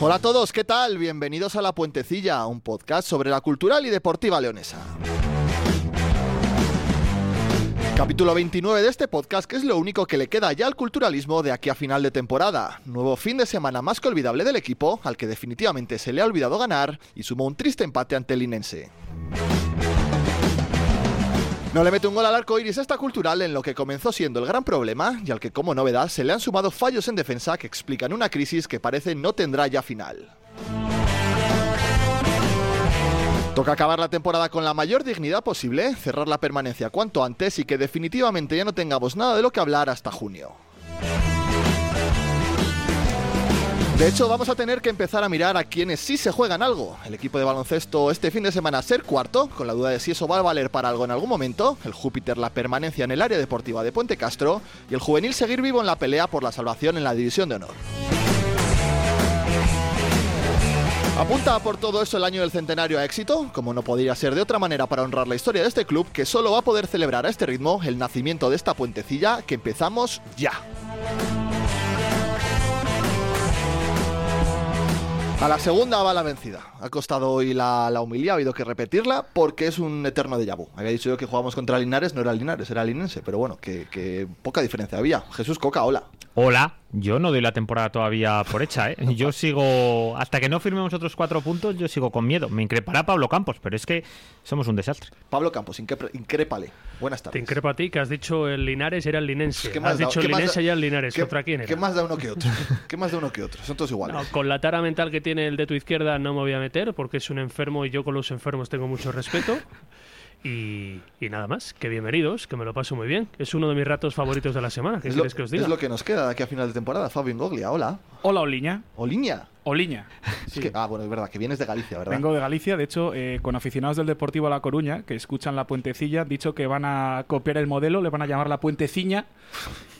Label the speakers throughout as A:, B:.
A: Hola a todos, ¿qué tal? Bienvenidos a La Puentecilla, un podcast sobre la cultural y deportiva leonesa. Capítulo 29 de este podcast, que es lo único que le queda ya al culturalismo de aquí a final de temporada. Nuevo fin de semana más que olvidable del equipo, al que definitivamente se le ha olvidado ganar, y sumó un triste empate ante el Inense. No le mete un gol al arco iris a esta cultural en lo que comenzó siendo el gran problema y al que como novedad se le han sumado fallos en defensa que explican una crisis que parece no tendrá ya final. Toca acabar la temporada con la mayor dignidad posible, cerrar la permanencia cuanto antes y que definitivamente ya no tengamos nada de lo que hablar hasta junio. De hecho, vamos a tener que empezar a mirar a quienes sí se juegan algo. El equipo de baloncesto este fin de semana ser cuarto, con la duda de si eso va a valer para algo en algún momento, el Júpiter la permanencia en el área deportiva de Puente Castro y el juvenil seguir vivo en la pelea por la salvación en la división de honor. Apunta por todo eso el año del centenario a éxito, como no podría ser de otra manera para honrar la historia de este club que solo va a poder celebrar a este ritmo el nacimiento de esta puentecilla que empezamos ya. A la segunda va la vencida. Ha costado hoy la, la humilía, ha habido que repetirla porque es un eterno de vu. Había dicho yo que jugábamos contra Linares, no era Linares, era Linense, pero bueno, que, que poca diferencia había. Jesús Coca, hola.
B: Hola, yo no doy la temporada todavía por hecha, ¿eh? Yo sigo, hasta que no firmemos otros cuatro puntos, yo sigo con miedo. Me increpará Pablo Campos, pero es que somos un desastre.
A: Pablo Campos, increp- incrépale. Buenas
C: Te
A: tardes.
C: increpa a ti que has dicho el Linares era el Linense.
A: ¿Qué más
C: has
A: da-
C: dicho
A: qué
C: el
A: más
C: Linense
A: da-
C: y el Linares.
A: ¿Qué-
C: ¿Contra quién era?
A: ¿Qué más da uno que otro? ¿Qué más da uno que otro? Son todos iguales.
C: No, con la tara mental que tiene el de tu izquierda no me voy a meter porque es un enfermo y yo con los enfermos tengo mucho respeto. Y, y nada más, que bienvenidos, que me lo paso muy bien. Es uno de mis ratos favoritos de la semana. ¿Qué
A: es, lo,
C: quieres que os diga?
A: es lo que nos queda de aquí a final de temporada. Fabio Ingoglia, hola.
D: Hola, Oliña.
A: Oliña.
D: Oliña.
A: Es que- ah, bueno, es verdad, que vienes de Galicia, ¿verdad?
D: Vengo de Galicia, de hecho, eh, con aficionados del Deportivo La Coruña, que escuchan La Puentecilla, han dicho que van a copiar el modelo, le van a llamar La Puenteciña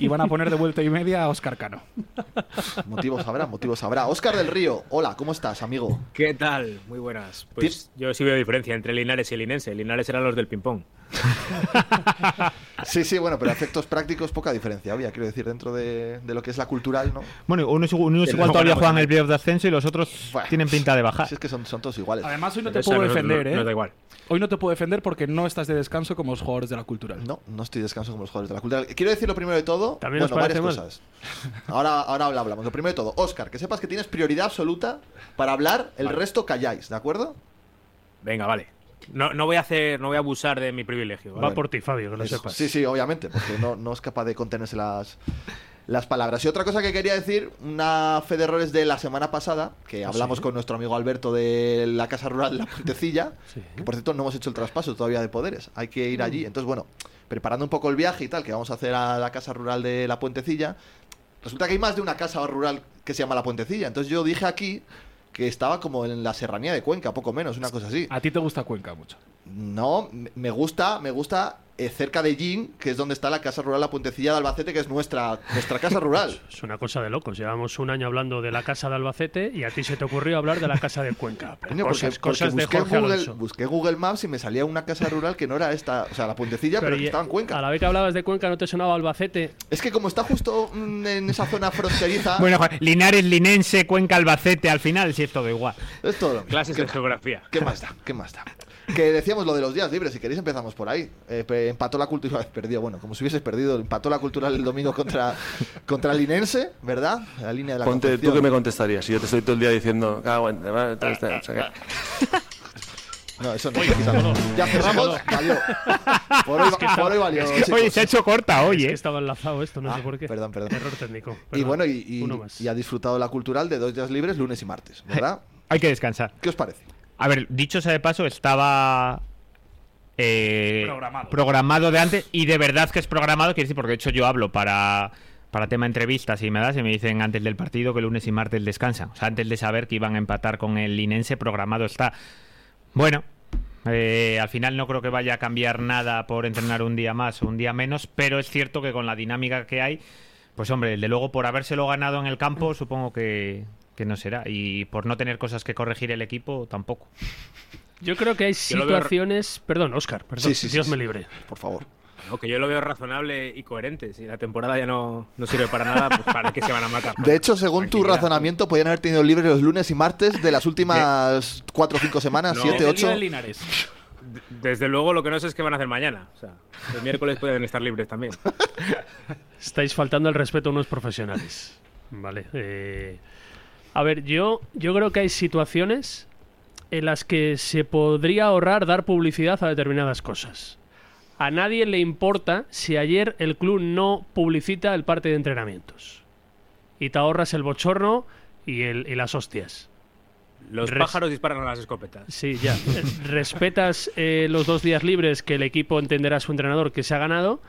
D: y van a poner de vuelta y media a Oscar Cano.
A: Motivos habrá, motivos habrá. Óscar del Río, hola, ¿cómo estás, amigo?
E: ¿Qué tal? Muy buenas. Pues yo sí veo diferencia entre Linares y el Linense. Linares eran los del ping-pong.
A: Sí, sí, bueno, pero a efectos prácticos poca diferencia había, quiero decir, dentro de, de lo que es la cultural, ¿no?
B: Bueno, unos, unos
A: Que
B: igual
A: no
B: todavía
A: ganamos.
B: juegan el playoff de ascenso y los otros
A: Buah.
B: tienen pinta de bajar.
A: Si es que son, son todos iguales.
D: Además, hoy no
E: Pero
D: te
E: eso
D: puedo
E: no-
D: defender,
E: no-
D: ¿eh?
E: nos da igual.
D: Hoy no te puedo defender porque no estás de descanso como los jugadores de la cultural.
A: No, no estoy descanso como los jugadores de la cultural. Quiero decir lo primero de todo.
C: También nos
A: bueno, varias
C: parece mal.
A: cosas. Ahora, ahora habla- hablamos. Lo primero de todo, Oscar, que sepas que tienes prioridad absoluta para hablar, el resto calláis, ¿de acuerdo?
E: Venga, vale. No, no voy a hacer, no voy a abusar de mi privilegio. ¿vale?
C: Va por ti, Fabio, que lo
A: Eso.
C: sepas.
A: Sí, sí, obviamente, porque no, no es capaz de contenerse las, las palabras. Y otra cosa que quería decir, una fe de errores de la semana pasada,
C: ¿Ah,
A: que hablamos con nuestro amigo Alberto de la Casa Rural La Puentecilla, que por cierto no hemos hecho el traspaso todavía de poderes, hay que ir
C: Mm.
A: allí. Entonces, bueno, preparando un poco el viaje y tal, que vamos a hacer a la Casa Rural de La Puentecilla, resulta que hay más de una casa rural que se llama La Puentecilla. Entonces yo dije aquí que estaba como en la serranía de Cuenca, poco menos, una cosa así.
D: A ti te gusta Cuenca mucho.
A: No, me- me gusta, me gusta eh, cerca de Gin, que es donde está la casa rural La Puentecilla de Albacete, que es nuestra, nuestra casa rural.
C: Es una cosa de locos. Llevamos un año hablando de la casa de Albacete y a ti se te ocurrió hablar de la casa de Cuenca. Pero
A: Coño,
C: cosas cosas
A: porque, porque
C: de
A: busqué,
C: Jorge
A: Google,
C: Alonso.
A: busqué Google Maps y me salía una casa rural que no era esta, o sea, La Puentecilla, pero, que
C: y-
A: estaba en Cuenca.
C: A la vez que hablabas de Cuenca no te sonaba Albacete.
A: Es que como está justo mm, en esa zona fronteriza,
B: Bueno, Juan, Linares, Linense, Cuenca, Albacete, al final sí es todo igual.
A: es todo lo mismo.
E: Clases de geografía.
A: ¿Qué más da? ¿Qué más da? Que decíamos lo de los días libres, si queréis empezamos por ahí. Eh, pe- empató la cultura, perdió, bueno, como si hubieses perdido, empató la cultural el domingo contra, contra el Linense, ¿verdad? La línea de la
F: Ponte, ¿Tú
A: Concepción.
F: qué me contestarías? Si yo te estoy todo el día diciendo, "Cago en- va, tal, tal, o sea que-".
A: No, eso no. quizá no. Ya cerramos, valió. Por hoy, por hoy valió, chicos.
B: Oye, se ha hecho corta hoy,
C: Es que
B: ¿eh?
C: estaba enlazado esto, no
A: Ah,
C: sé por qué.
A: perdón, perdón.
C: Error técnico.
A: Y
C: Perdón.
A: bueno, y, y-
C: Uno más.
A: y ha disfrutado la cultural de dos días libres, lunes y martes, ¿verdad?
B: Hay que descansar.
A: ¿Qué os parece?
B: A ver, dicho sea de paso, estaba eh,
D: Programado.
B: programado de antes y de verdad que es programado, quiero decir, porque de hecho yo hablo para, para tema entrevistas y me das y me dicen antes del partido que lunes y martes descansan. O sea, antes de saber que iban a empatar con el linense, programado está. Bueno, eh, al final no creo que vaya a cambiar nada por entrenar un día más o un día menos, pero es cierto que con la dinámica que hay, pues hombre, desde luego por habérselo ganado en el campo, supongo que, que no será. Y por no tener cosas que corregir el equipo, tampoco.
C: Yo creo que hay
E: Yo lo veo-
C: situaciones. Perdón, Oscar, perdón.
A: Sí, sí, sí,
C: Dios
A: sí.
C: me libre.
A: Por favor.
E: No, que yo lo veo razonable y coherente. Si la temporada ya no, no sirve para nada, pues para qué se van a matar.
A: De hecho, según tu
E: Tranquilidad.
A: razonamiento, podían haber tenido libres los lunes y martes de las últimas cuatro o cinco semanas,
E: No.
A: siete,
E: Desde el
A: ocho.
D: Día de Linares.
E: De- Desde luego, lo que no sé es qué van a hacer mañana. O sea, el miércoles pueden estar libres también.
C: Estáis faltando el respeto a unos profesionales. Vale. eh, a ver, yo, yo creo que hay situaciones en las que se podría ahorrar dar publicidad a determinadas cosas. A nadie le importa si ayer el club no publicita el parte de entrenamientos. Y te ahorras el bochorno y, el, y las hostias.
E: Los
C: Res-
E: pájaros disparan a las escopetas.
C: Sí, ya. Eh, Respetas eh, los dos días libres que el equipo entenderá a su entrenador que se ha ganado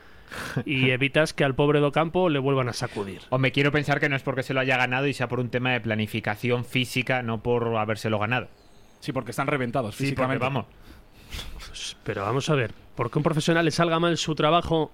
C: y evitas que al pobre Docampo le vuelvan a sacudir.
B: O me quiero pensar que no es porque se lo haya ganado y sea por un tema de planificación física, no por habérselo ganado.
D: Sí, porque están reventados
B: Sí, porque
D: físicamente.
B: vamos.
C: Pero vamos a ver, ¿por qué un profesional le salga mal su trabajo?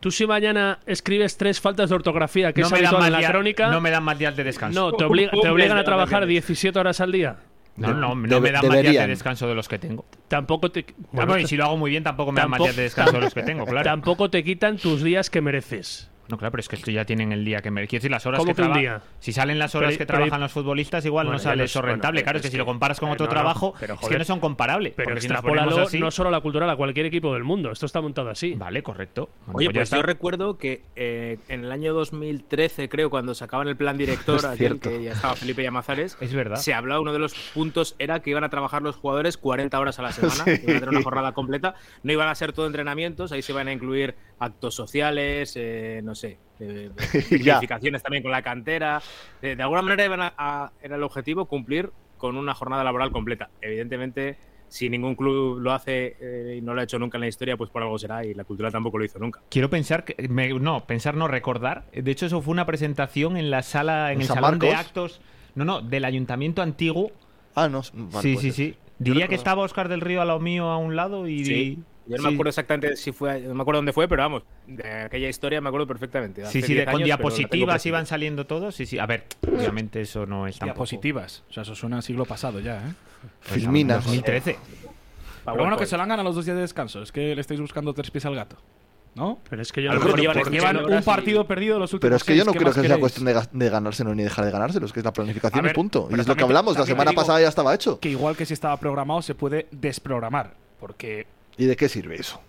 C: Tú si mañana escribes tres faltas de ortografía que
B: no
C: es
B: me, dan
C: habitual
B: más
C: en la
B: días-
C: crónica,
B: no me dan más días de descanso.
C: no, te, obliga- te obligan a
E: Desde
C: trabajar
E: vacaciones.
C: 17 horas al día.
B: No, no, no
A: Debe-
B: me dan más días de
A: deberían.
B: descanso de los que tengo.
C: Tampoco te,
B: Ah, bueno, y si lo hago muy bien, tampoco me dan
C: Tampoco-
B: más días de descanso de los que tengo, claro.
C: tampoco te quitan tus días que mereces.
B: No, claro, pero es que esto ya tienen el día que me. Quiero decir, las horas
C: ¿Cómo
B: que,
C: que un
B: traba-
C: día?
B: Si salen las horas
C: Pero-
B: que
C: pero-
B: trabajan los futbolistas, igual
C: Bueno,
B: no
C: ya
B: sale
C: no es-
B: eso
C: bueno,
B: rentable.
C: pero
B: claro, es que,
C: es
B: si
C: que-
B: lo comparas con
C: eh,
B: otro
C: no, no,
B: trabajo,
C: pero
B: es que
C: joder.
B: no son comparables.
C: Pero
B: porque si nos ponemos
C: extrapólalo
B: así-
C: no solo a la cultura, a cualquier equipo del mundo. Esto está montado así.
B: Vale, correcto. Bueno,
E: Oye,
B: pues ya
E: pues
B: está.
E: yo recuerdo que eh, en el año 2013, creo, cuando sacaban el plan director,
A: Es
E: aquel
A: cierto.
E: que ya estaba Felipe Llamazares,
B: Es verdad.
E: se hablaba, uno de los puntos era que iban a trabajar los jugadores 40 horas a la semana, iban a tener una jornada completa, no iban a ser todo entrenamientos, ahí se van a incluir actos sociales, eh, no sé, eh, significaciones también con la cantera, Eh, de alguna manera iban a, a- era el objetivo cumplir con una jornada laboral completa. Evidentemente, si ningún club lo hace eh, y no lo ha hecho nunca en la historia, pues por algo será y la cultura tampoco lo hizo nunca.
B: Quiero pensar que me- no, pensar no recordar. De hecho, eso fue una presentación en la sala, en,
A: ¿En
B: el
A: San
B: salón de
A: Marcos?
B: actos. No, no, del ayuntamiento antiguo.
A: Ah, no. vale,
B: sí,
A: pues
B: sí,
A: es.
B: sí. Diría que
A: recordaba.
B: estaba Oscar del Río a lo mío a un lado y.
E: Sí. Yo no
B: sí.
E: me acuerdo exactamente si fue, no me acuerdo dónde fue, pero vamos, de aquella historia me acuerdo perfectamente.
B: Sí,
E: hace
B: sí, de-
E: 10 años,
B: con
E: pero la tengo
B: diapositivas
E: presente.
B: iban saliendo todos. Sí, sí. A ver, obviamente eso no es tampoco.
D: Diapositivas. O sea, eso suena a siglo pasado ya, ¿eh?
C: Pues
A: Filmina.
B: 2013.
D: Pero bueno, que se lo han ganado los dos días de descanso. Es que le estáis buscando tres pies al gato. ¿No?
C: Pero es que yo
E: A
C: no
E: lo mejor
C: creo-
E: llevan
C: ¿por qué
E: escuchando
C: van-
E: ahora
D: Un
E: sí.
D: partido perdido los últimos
A: Pero es que yo
D: seis,
A: no
D: ¿qué
A: creo
D: más
A: que sea
D: queréis?
A: cuestión de, ga- de ganárselo ni dejar de ganárselo, es que es la planificación
B: A ver,
A: y punto. Y
B: pero
A: es lo que
B: también te-
A: hablamos, la
B: también te
A: semana
B: digo-
A: pasada ya estaba hecho.
D: Que igual que si estaba programado, se puede desprogramar. Porque
A: ¿Y de qué sirve eso?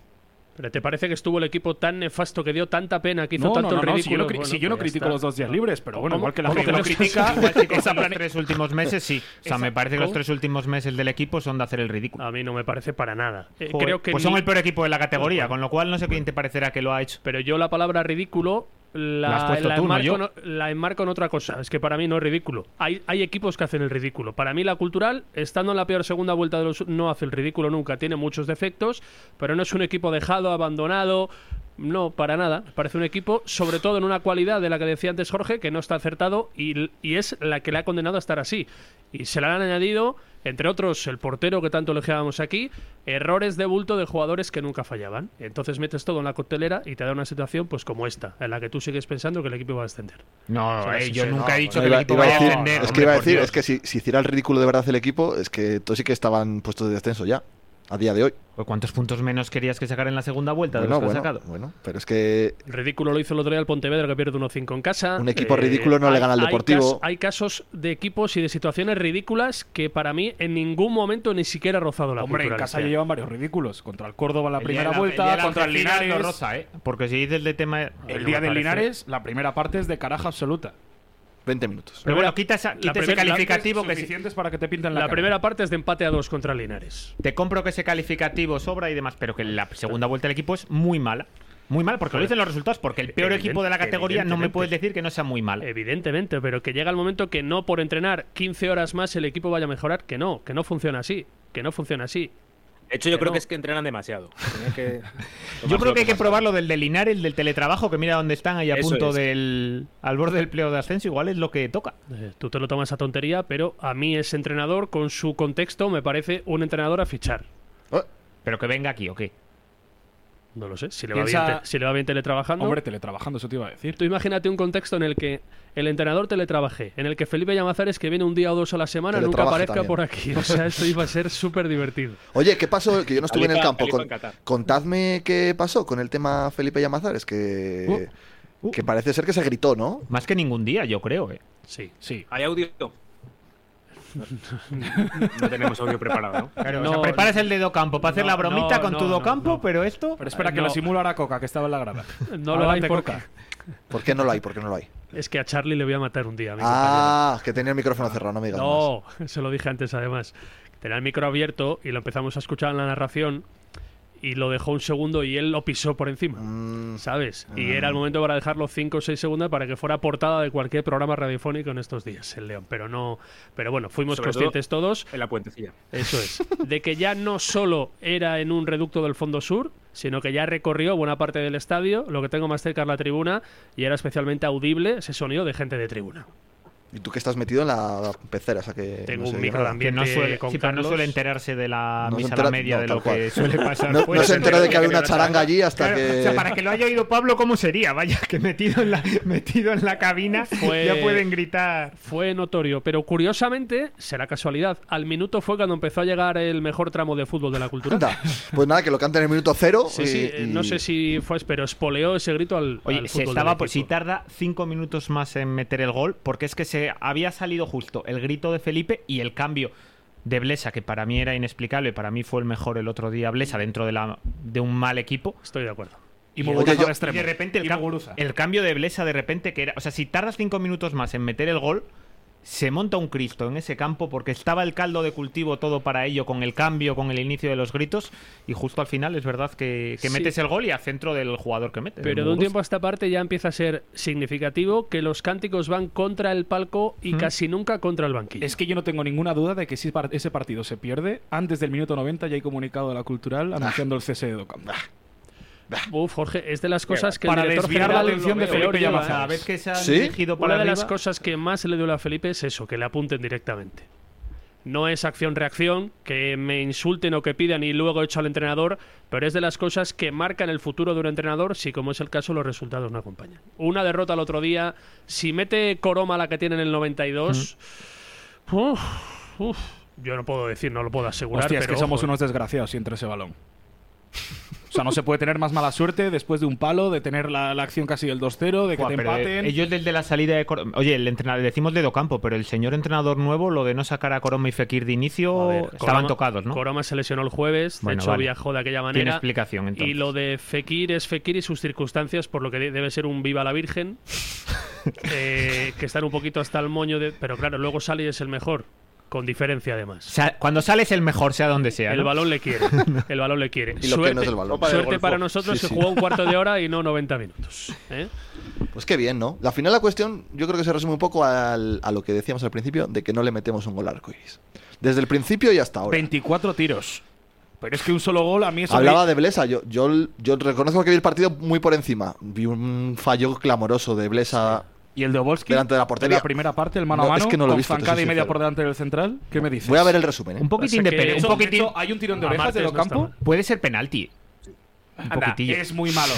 C: ¿Pero te parece que estuvo el equipo tan nefasto que dio tanta pena, que hizo
D: no,
C: tanto
D: no,
C: el
D: no,
C: ridículo?
D: no, si yo no, cri-
C: Bueno,
D: si yo no
C: pues ya
D: critico
C: está.
D: los dos días libres, pero bueno,
C: ¿Cómo-
D: igual que la
C: cómo
D: gente lo
C: no es
D: critica,
C: justo?
B: Esa los tres últimos meses, sí. O sea, me parece que los tres últimos meses del equipo son de hacer el ridículo.
C: A mí no me parece para nada. Eh,
B: Joder,
C: creo que
B: pues
C: ni-
B: son el peor equipo de la categoría, con lo cual no sé quién te parecerá que lo ha hecho.
C: Pero yo la palabra ridículo
B: La has
C: la,
B: puesto
C: la
B: tú, no
C: enmarco,
B: yo.
C: en o- la enmarco en otra cosa. Es que para mí no es ridículo. Hay, hay equipos que hacen el ridículo. Para mí la cultural, estando en la peor segunda vuelta de los... No hace el ridículo nunca. Tiene muchos defectos, pero no es un equipo dejado, abandonado. No, para nada. Parece un equipo, sobre todo en una cualidad de la que decía antes Jorge, que no está acertado y, y es la que le ha condenado a estar así. Y se le han añadido, entre
D: pues-
C: otros, el portero que tanto elogiábamos aquí, errores de bulto de jugadores que nunca fallaban. Entonces metes todo en la coctelera y te da una situación pues como esta, en la que tú sigues pensando que el equipo va a ascender.
B: No,
C: Eso es
B: eh,
C: así,
B: yo
C: sí,
B: nunca
C: no,
B: he dicho
C: no,
B: que el
C: iba-
B: equipo
C: iba a
B: vaya a
C: decir-
B: ascender.
A: Es que iba a
B: hombre, por
A: decir,
B: Dios.
A: es que si, si hiciera el ridículo de verdad el equipo, es que todos sí que estaban puestos de descenso ya, a día de hoy.
B: Pues, ¿Cuántos puntos menos querías que sacar en la segunda vuelta de
A: Bueno,
B: los que has
A: bueno,
B: sacado?
A: bueno, pero es que
C: Ridículo lo hizo el otro día el Pontevedra que pierde 1-5 en casa. Eh,
A: Un equipo ridículo no le
C: hay-
A: gana al
C: hay cas-
A: Deportivo.
C: Hay, casos de equipos y de situaciones ridículas que para mí en ningún momento ni siquiera ha rozado la
D: Hombre, en
C: cultura
D: casa ya
C: cristiana.
D: llevan varios ridículos. Contra el Córdoba la
B: El
D: primera
B: día de la-
D: vuelta,
B: el día de la
D: contra el
B: Argentina
D: Linares.
B: no roza, ¿eh? Porque si dices del tema.
D: El
B: Ay,
D: día
B: me
D: del
B: parece-
D: Linares, la primera parte es de caraja absoluta.
A: 20 minutos.
B: Pero bueno, quita, esa- quita ese
C: primera- la-
B: calificativo que si-
D: Suficientes para que te pinten la,
C: La
D: cara.
C: primera parte es de empate a dos contra Linares.
B: Te compro que ese calificativo sobra y demás, pero que la segunda vuelta del equipo es muy mala. Muy mala, porque lo dicen los resultados, porque el peor
C: Evidente-
B: equipo de la categoría no me
C: evidentemente.
B: puedes decir que no sea muy mal.
C: Evidentemente, pero que llega el momento que no por entrenar 15 horas más el equipo vaya a mejorar, que no, que no funciona así, que no funciona así.
E: De hecho, yo
C: Que
E: creo
C: no.
E: que es que entrenan demasiado. Tenían que
B: Yo creo
E: tomárselo
B: que hay que
E: con más
B: probar
E: calma.
B: lo del de Linares, el del teletrabajo, que mira dónde están ahí a
E: Eso
B: punto
E: es.
B: del. al borde del pleo de ascenso, igual es lo que toca.
C: Eh, Tú te lo tomas a tontería, pero a mí ese entrenador, con su contexto, me parece un entrenador a fichar.
A: Ah,
B: Pero que venga aquí, ¿o qué?
C: No lo sé, si le va,
D: Piensa-
C: bien, te- si le va bien teletrabajando.
D: Hombre, teletrabajando, eso te iba a decir.
C: Tú imagínate un contexto en el que el entrenador teletrabaje, en el que Felipe Llamazares, que viene un día o dos a la semana, nunca
A: Teletrabaje
C: aparezca
A: también.
C: por aquí. O sea, esto iba a ser súper divertido.
A: Oye, ¿qué pasó? Que yo no estuve en el
E: Califa- Califa
A: campo. Con-
E: en Qatar.
A: contadme qué pasó con el tema Felipe Llamazares, que,
B: Uh, uh.
A: que parece ser que se gritó, ¿no?
B: Más que ningún día, yo creo, ¿eh?
C: Sí, sí.
E: ¿Hay audio? No, no tenemos audio preparado, ¿no?
B: Claro,
C: No,
B: o sea, preparas el dedo campo para hacer
C: no,
B: la bromita
C: no,
B: con tu
C: no,
B: dedo
C: no,
B: campo,
C: no.
B: pero esto.
D: Pero espera,
C: Eh,
D: que
C: no.
D: lo simula ahora Coca, que estaba en la grada.
C: No lo hay
D: Adelante,
C: porque
D: Coca.
A: ¿Por qué no lo hay? ¿Por qué no lo hay?
C: es que a Charlie le voy a matar un día. mi
A: Ah, es que tenía el micrófono cerrado, no me digas más.
C: No, se lo dije antes además. Tenía el micro abierto y lo empezamos a escuchar en la narración y lo dejó un segundo y él lo pisó por encima,
A: Mm.
C: ¿sabes?
A: Ah.
C: Y era el momento para dejarlo 5 o 6 segundos para que fuera portada de cualquier programa radiofónico en estos días, el León. Pero no, pero bueno, fuimos
E: Sobre todo-
C: conscientes todos,
E: En la puentecilla.
C: eso es, de que ya no solo era en un reducto del fondo sur, sino que ya recorrió buena parte del estadio, lo que tengo más cerca es la tribuna, y era especialmente audible ese sonido de gente de tribuna.
A: Y tú que estás metido en la pecera, o sea que.
C: Tengo
A: no se
C: un
A: oye
C: micro
A: nada.
C: también.
B: Que no
C: ambiente
B: suele,
C: con
B: sí, pero no
C: Carlos.
B: suele enterarse de la
A: No se
B: misa a
A: entera-
B: la media
A: no,
B: de
A: tal
B: lo que
A: cual.
B: suele pasar.
A: No,
B: fuera.
A: no se enteró de que había una charanga allí hasta
B: Claro,
A: que.
B: o sea, para que lo haya oído Pablo, ¿cómo sería? Vaya, que metido en la, metido en la cabina
C: Fue-
B: ya pueden gritar.
C: Fue notorio, pero curiosamente, será casualidad, al minuto fue cuando empezó a llegar el mejor tramo de fútbol de la cultura.
A: Anda, Pues nada, que lo canten en el minuto cero.
C: Sí,
A: y-
C: sí, eh,
A: y-
C: no sé si fue, pero espoleó ese grito al.
B: Oye,
C: al
B: se
C: fútbol
B: estaba,
C: del
B: por- si
C: equipo.
B: tarda cinco minutos más en meter el gol, porque es que se había salido justo el grito de Felipe y el cambio de Blesa, que para mí era inexplicable, para mí fue el mejor el otro día Blesa dentro de, la, de un mal equipo.
C: Estoy de acuerdo.
D: Y
A: Oye,
D: Muguruza
A: yo-
D: al extremo.
B: Y de repente el,
D: Y
B: cam-
D: Muguruza.
B: el cambio de Blesa, de repente, que era. O sea, si tardas cinco minutos más en meter el gol, se monta un Cristo en ese campo porque estaba el caldo de cultivo todo para ello, con el cambio, con el inicio de los gritos. Y justo al final es verdad que, que
C: Sí.
B: metes el gol y a centro del jugador que mete.
C: Pero de un tiempo a esta parte ya empieza a ser significativo que los cánticos van contra el palco y casi nunca contra el banquillo.
D: Es que yo no tengo ninguna duda de que si par- ese partido se pierde, antes del minuto 90 ya hay comunicado de la
B: Ah.
D: cultural anunciando el cese de Docam.
C: Uf, Jorge, es de las cosas que
D: Para
C: el director
D: desviar la
C: general
D: atención de
C: peor
D: Felipe
C: lleva.
D: Llamazares.
B: Cada vez que se han
A: ¿Sí?
B: dirigido para
C: ¿eh? Una de las
B: arriba-
C: cosas que más le duele a Felipe es eso, que le apunten directamente. No es acción-reacción, que me insulten o que pidan y luego echo al entrenador, pero es de las cosas que marcan el futuro de un entrenador si, como es el caso, los resultados no acompañan. Una derrota el otro día, si mete Coroma la que tiene en el 92, uf, uf, yo no puedo decir, no lo puedo asegurar.
D: Hostia, es que
C: pero
D: somos
C: ojo,
D: unos desgraciados si entra ese balón. O sea, no se puede tener más mala suerte después de un palo, de tener la, la acción casi del 2-0, de que
B: Buah,
D: te
B: pero, eh,
D: empaten.
B: Ellos desde la salida de Cor- Oye, el entrenador, decimos de Docampo, pero el señor entrenador nuevo, lo de no sacar a Coroma y Fekir de inicio,
C: a ver,
B: estaban
C: Coroma-
B: tocados, ¿no?
C: Coroma se lesionó el jueves,
B: Bueno,
C: de hecho
B: vale.
C: viajó de aquella
B: Tiene
C: manera.
B: explicación, entonces.
C: Y lo de Fekir es Fekir y sus circunstancias, por lo que de- debe ser un viva la Virgen, eh, que están un poquito hasta el moño, de, pero claro, luego sale y es el mejor, con diferencia
B: O
C: además.
B: sea, cuando sales el mejor, sea donde sea.
C: El
B: ¿no?
C: balón le quiere, el balón le quiere.
A: Y lo que no es el balón.
C: suerte para nosotros
A: Sí,
C: se
A: sí.
C: jugó un cuarto de hora y no 90 minutos. ¿eh?
A: Pues qué bien, ¿no? La final la cuestión, yo creo que se resume un poco al- a lo que decíamos al principio, de que no le metemos un gol al arco iris. Desde el principio y hasta ahora.
D: 24 tiros. Pero es que un solo gol a mí eso me-
A: Hablaba de Blesa, yo, yo, yo reconozco que vi el partido muy por encima. Vi un fallo clamoroso de Blesa.
D: Y el de Obolski
A: delante de la portería.
D: primera parte, el mano
A: No,
D: a
A: es
D: mano,
A: que no lo he
D: con
A: visto, te soy
D: zancada y media
A: sincero.
D: por delante del central. ¿Qué me dices?
A: Voy a ver el resumen. ¿eh?
B: Un poquitín de
D: Parece que-
B: penalti.
D: de
B: Un
D: hecho-
B: poquitín.
D: de hecho, hay un tirón de
C: a
D: orejas
C: Martes
D: de
C: no
D: Ocampo.
B: Puede ser penalti. Un poquitín.
D: Es muy malo.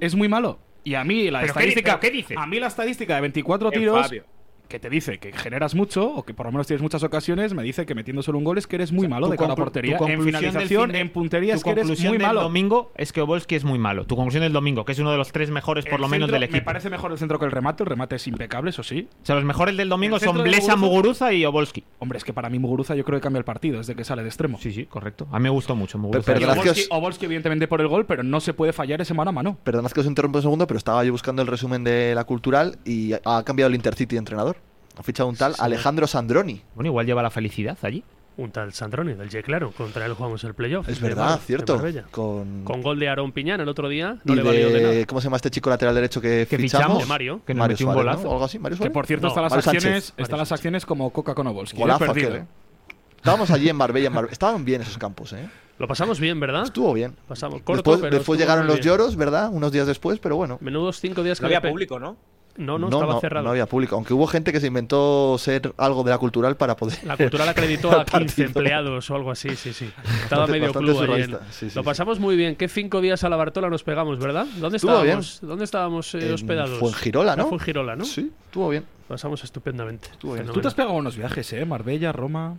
D: es muy malo. Y a mí la
B: ¿Pero qué di-
D: estadística.
B: pero qué dice?
D: A mí la estadística de 24
E: En
D: tiros.
E: Fabio.
D: Que te dice que generas mucho, o que por lo menos tienes muchas ocasiones, me dice que metiendo solo un gol es que eres muy malo
B: Tu
D: de cara a
B: conclu-
D: portería.
B: tu
D: En
B: conclusión del
D: finalización,
B: fin de-
D: en puntería
B: tu
D: es que eres
B: conclusión
D: muy
B: del
D: malo.
B: domingo es que Obolski es muy malo. Tu conclusión del domingo, que es uno de los tres mejores por
D: El
B: lo menos
D: centro-
B: del
D: Me
B: equipo.
D: parece mejor el centro que el remate, el remate es impecable, eso sí.
B: O sea, los mejores del domingo
D: El
B: son
D: centro de
B: Blesa,
D: Muguruza-
B: Muguruza y Obolski.
D: Hombre, es que para mí Muguruza yo creo que cambia el partido desde que sale de extremo.
B: Sí, sí, correcto. A mí me gustó mucho Muguruza.
A: Pero
D: Y
A: gracias-
D: Obolski, Obolski, evidentemente, por el gol, pero no se puede fallar ese mano a mano.
A: Perdonad que os interrumpa un segundo, pero estaba yo buscando el resumen de la cultural y ha cambiado el Intercity de entrenador. Ha fichado un tal Alejandro Sandroni.
B: Bueno, igual lleva la felicidad allí.
C: Un tal Sandroni del Ye Claro, contra él jugamos el playoff.
A: Es
C: de
A: verdad,
C: Mar- de
A: cierto.
C: Marbella.
A: Con,
C: Con gol de Aarón Piñán el otro día,
A: y
C: no le valió de nada.
A: de- ¿Cómo se llama este chico lateral derecho que,
B: Que
A: fichamos?
B: fichamos.
C: De Mario.
B: Que nos
A: Mario
B: metió un
A: Suárez, ¿no?
B: golazo.
A: O algo así, Mario
D: Que
A: Suárez.
D: por cierto
C: No,
D: están las
A: Mario Sánchez.
D: acciones, están las acciones como Coca con Obolski. ¿eh?
A: Golazo
D: Perdido,
A: aquel,
D: ¿eh?
A: ¿eh? Estábamos allí en Marbella, en Marbella. Estaban bien esos campos, ¿eh?
C: Lo pasamos bien, ¿verdad?
A: Estuvo bien.
C: Pasamos corto,
A: después
C: pero
A: después
C: estuvo
A: llegaron
C: muy
A: los
C: bien.
A: lloros, ¿verdad? Unos días después, pero bueno.
C: Menudos cinco días que
E: No había
C: pe-
E: público, ¿no?
C: No, no, estaba cerrado.
A: no había público. Aunque hubo gente que se inventó ser algo de la cultural para poder.
C: La cultural acreditó a 15
A: partido.
C: empleados o algo así, sí, sí. Estaba
A: Bastante-
C: medio
A: bastante
C: club ahí. en-
A: surrealista, sí, sí,
C: Lo
A: sí.
C: pasamos muy bien. Qué cinco días a la Bartola nos pegamos, ¿verdad? ¿Dónde
A: Estuvo
C: estábamos, ¿dónde estábamos eh,
A: En
C: hospedados?
A: Fuengirola, ¿no?
C: En Fuengirola, ¿no?
A: Sí, estuvo bien.
C: Pasamos estupendamente. Fenomenal.
D: Tú te has pegado unos viajes, ¿eh? Marbella, Roma.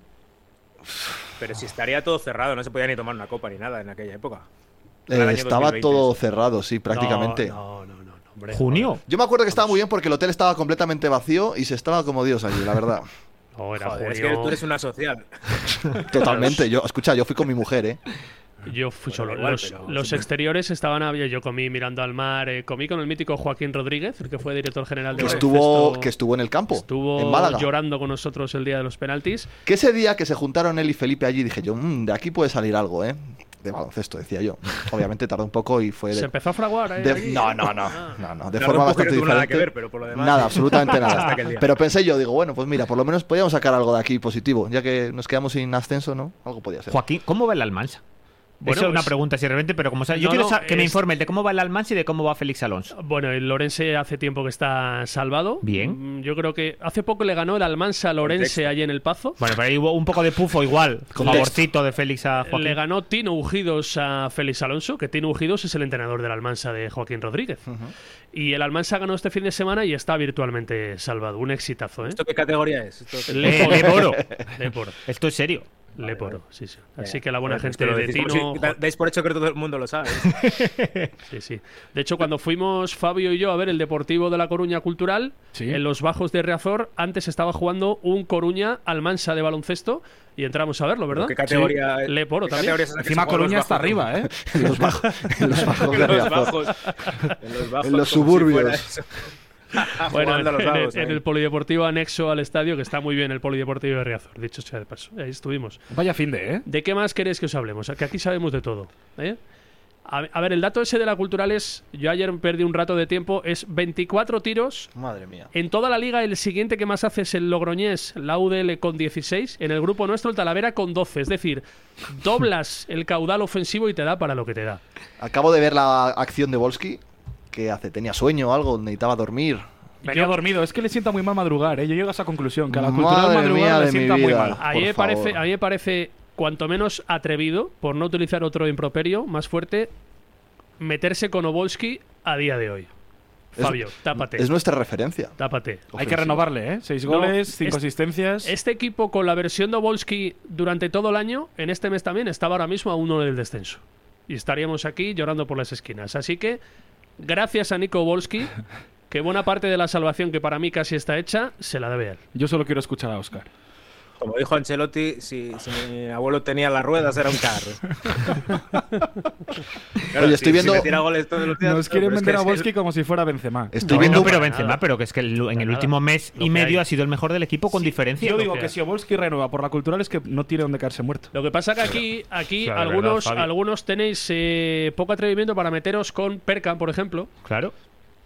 E: Pero si estaría todo cerrado, no se podía ni tomar una copa ni nada en aquella época.
A: Eh,
E: Era el año
A: estaba
E: 2020,
A: todo
E: eso.
A: cerrado, sí, prácticamente.
C: No, no, no, no, no, hombre.
B: Junio.
A: Yo me acuerdo que estaba muy bien porque el hotel estaba completamente vacío y se estaba como Dios allí, la verdad.
C: No, era
E: Joder, es que
C: junio.
E: tú eres una social.
A: Totalmente. Yo, escucha, yo fui con mi mujer, ¿eh?
C: Yo fui
E: Bueno,
C: solo.
E: da igual,
C: los,
E: pero-
C: los exteriores estaban abiertos. Yo comí mirando al mar. eh, comí con el mítico Joaquín Rodríguez, el que fue director general de
A: Que
C: baloncesto.
A: estuvo, que estuvo en el campo,
C: Estuvo
A: en Málaga.
C: llorando con nosotros el día de los penaltis.
A: Que ese día que se juntaron él y Felipe allí, dije yo, "Mm, de aquí puede salir algo, ¿eh? De baloncesto, decía yo. Obviamente tardó un poco y fue
C: Se
A: de,
C: empezó a fraguar. eh,
A: de-
C: ahí. Ah.
A: no, no, no, no, no, de
E: Tardó
A: forma
E: un poco y no tuvo
A: bastante diferente.
E: nada que ver, pero por lo demás-
A: Nada, absolutamente nada.
E: Hasta aquel día.
A: Pero pensé yo, digo, bueno, pues mira, por lo menos podíamos sacar algo de aquí positivo, ya que nos quedamos sin ascenso, ¿no? Algo podía ser.
B: Joaquín, ¿cómo va el Almansa?
C: Bueno,
B: Eso es una
C: pues-
B: pregunta, si de repente, pero como sea, yo
C: No,
B: quiero
C: no,
B: sa- que me
C: es-
B: informe el de cómo va el Almansa y de cómo va Félix Alonso.
C: Bueno, el Lorense hace tiempo que está salvado.
B: Bien.
C: Mm, Yo creo que hace poco le ganó el Almansa a Lorense allí en el Pazo.
B: Bueno, pero ahí hubo un poco de pufo igual, favorcito de Félix a Joaquín.
C: Le ganó Tino Ujidos a Félix Alonso, que Tino Ujidos es el entrenador del Almansa de Joaquín Rodríguez. Y el Almansa ganó este fin de semana y está virtualmente salvado. Un exitazo, ¿eh?
E: ¿Esto qué categoría es? ¿Esto qué-
B: Le- le poro.
C: Leporo.
B: Esto es serio.
C: Leporo, sí, sí. Así que la buena
E: Joder,
C: gente
E: te pues lo
C: de
E: decimos
C: Tino.
E: y da- Dais por hecho que todo el mundo lo sabe.
C: Sí, sí. De hecho, cuando fuimos Fabio y yo a ver el Deportivo de la Coruña Cultural,
D: Sí.
C: en los bajos de Reazor, antes estaba jugando un Coruña Almansa de baloncesto y entramos a verlo, ¿verdad?
E: ¿Qué categoría
C: Sí. Leporo
E: qué
C: también.
E: categoría es esa que
D: Encima
E: se juega
D: Coruña
E: los
D: está
E: bajos?
D: arriba, ¿eh?
A: En los bajos, en los bajos de
E: En los
A: Riazor.
E: bajos. En los bajos.
A: En los
E: como si
A: suburbios.
E: fuera eso.
C: Bueno, en,
E: Jugando a los
C: en el-
E: bajos, ¿eh?
C: en
E: ahí.
C: el polideportivo anexo al estadio, que está muy bien el polideportivo de Riazor, dicho sea de paso. Ahí estuvimos.
D: Vaya fin de, ¿eh?
C: ¿De qué más queréis que os hablemos? Que aquí sabemos de todo. ¿eh? A, a ver, el dato ese de la cultural es, yo ayer perdí un rato de tiempo, es 24 tiros
A: Madre mía.
C: En toda la liga, el siguiente que más hace es el Logroñés, la UDL con 16. En el grupo nuestro, el Talavera con 12. Es decir, doblas el caudal ofensivo y te da para lo que te da.
A: Acabo de ver la acción de Volsky. que hace? ¿Tenía sueño o algo? ¿Necesitaba dormir?
D: Venía dormido. Es que le sienta muy mal madrugar, ¿eh? Yo llego a esa conclusión, que a la
A: Madre
D: cultural
A: mía
D: madrugar
A: de
D: le
A: mi
D: sienta muy
A: vida.
D: mal.
C: A mí
A: Por
C: me parece,
A: favor.
C: a mí me parece cuanto menos atrevido, por no utilizar otro improperio más fuerte, meterse con Obolski a día de hoy.
A: Es-
C: Fabio, tápate.
A: Es nuestra referencia.
C: Tápate.
D: Hay que renovarle, ¿eh? Seis
C: No,
D: goles, cinco
C: es-
D: asistencias.
C: Este equipo con la versión de Obolski durante todo el año, en este mes también, estaba ahora mismo a uno del descenso. Y estaríamos aquí llorando por las esquinas. Así que, gracias a Nico Obolski, que buena parte de la salvación que para mí casi está hecha, se la debe a él.
D: Yo solo quiero escuchar a Oscar.
E: Como dijo Ancelotti, si, si mi abuelo tenía las ruedas era un carro. Claro,
A: Oye, estoy
E: si-
A: viendo-
E: Si metiera goles todos los días,
D: Nos
E: pero
D: quieren
E: es que
D: vender a
E: es-
D: Volsky como si fuera Benzema.
A: Estoy
B: No,
A: viendo.
B: no, pero
C: para
B: Benzema,
C: nada.
B: pero que es que el- en el
C: nada.
B: último mes
C: Lo
B: y
C: que
B: medio
C: hay.
B: ha sido el mejor del equipo con diferencia.
D: Yo
B: Lo
D: digo
B: que-
D: que si Obolski renueva por la cultural es que no tiene donde caerse muerto.
C: Lo que pasa que aquí, aquí
B: Claro, de verdad,
C: algunos,
B: Fabio.
C: algunos tenéis eh, poco atrevimiento para meteros con Perkan, por ejemplo.
B: Claro.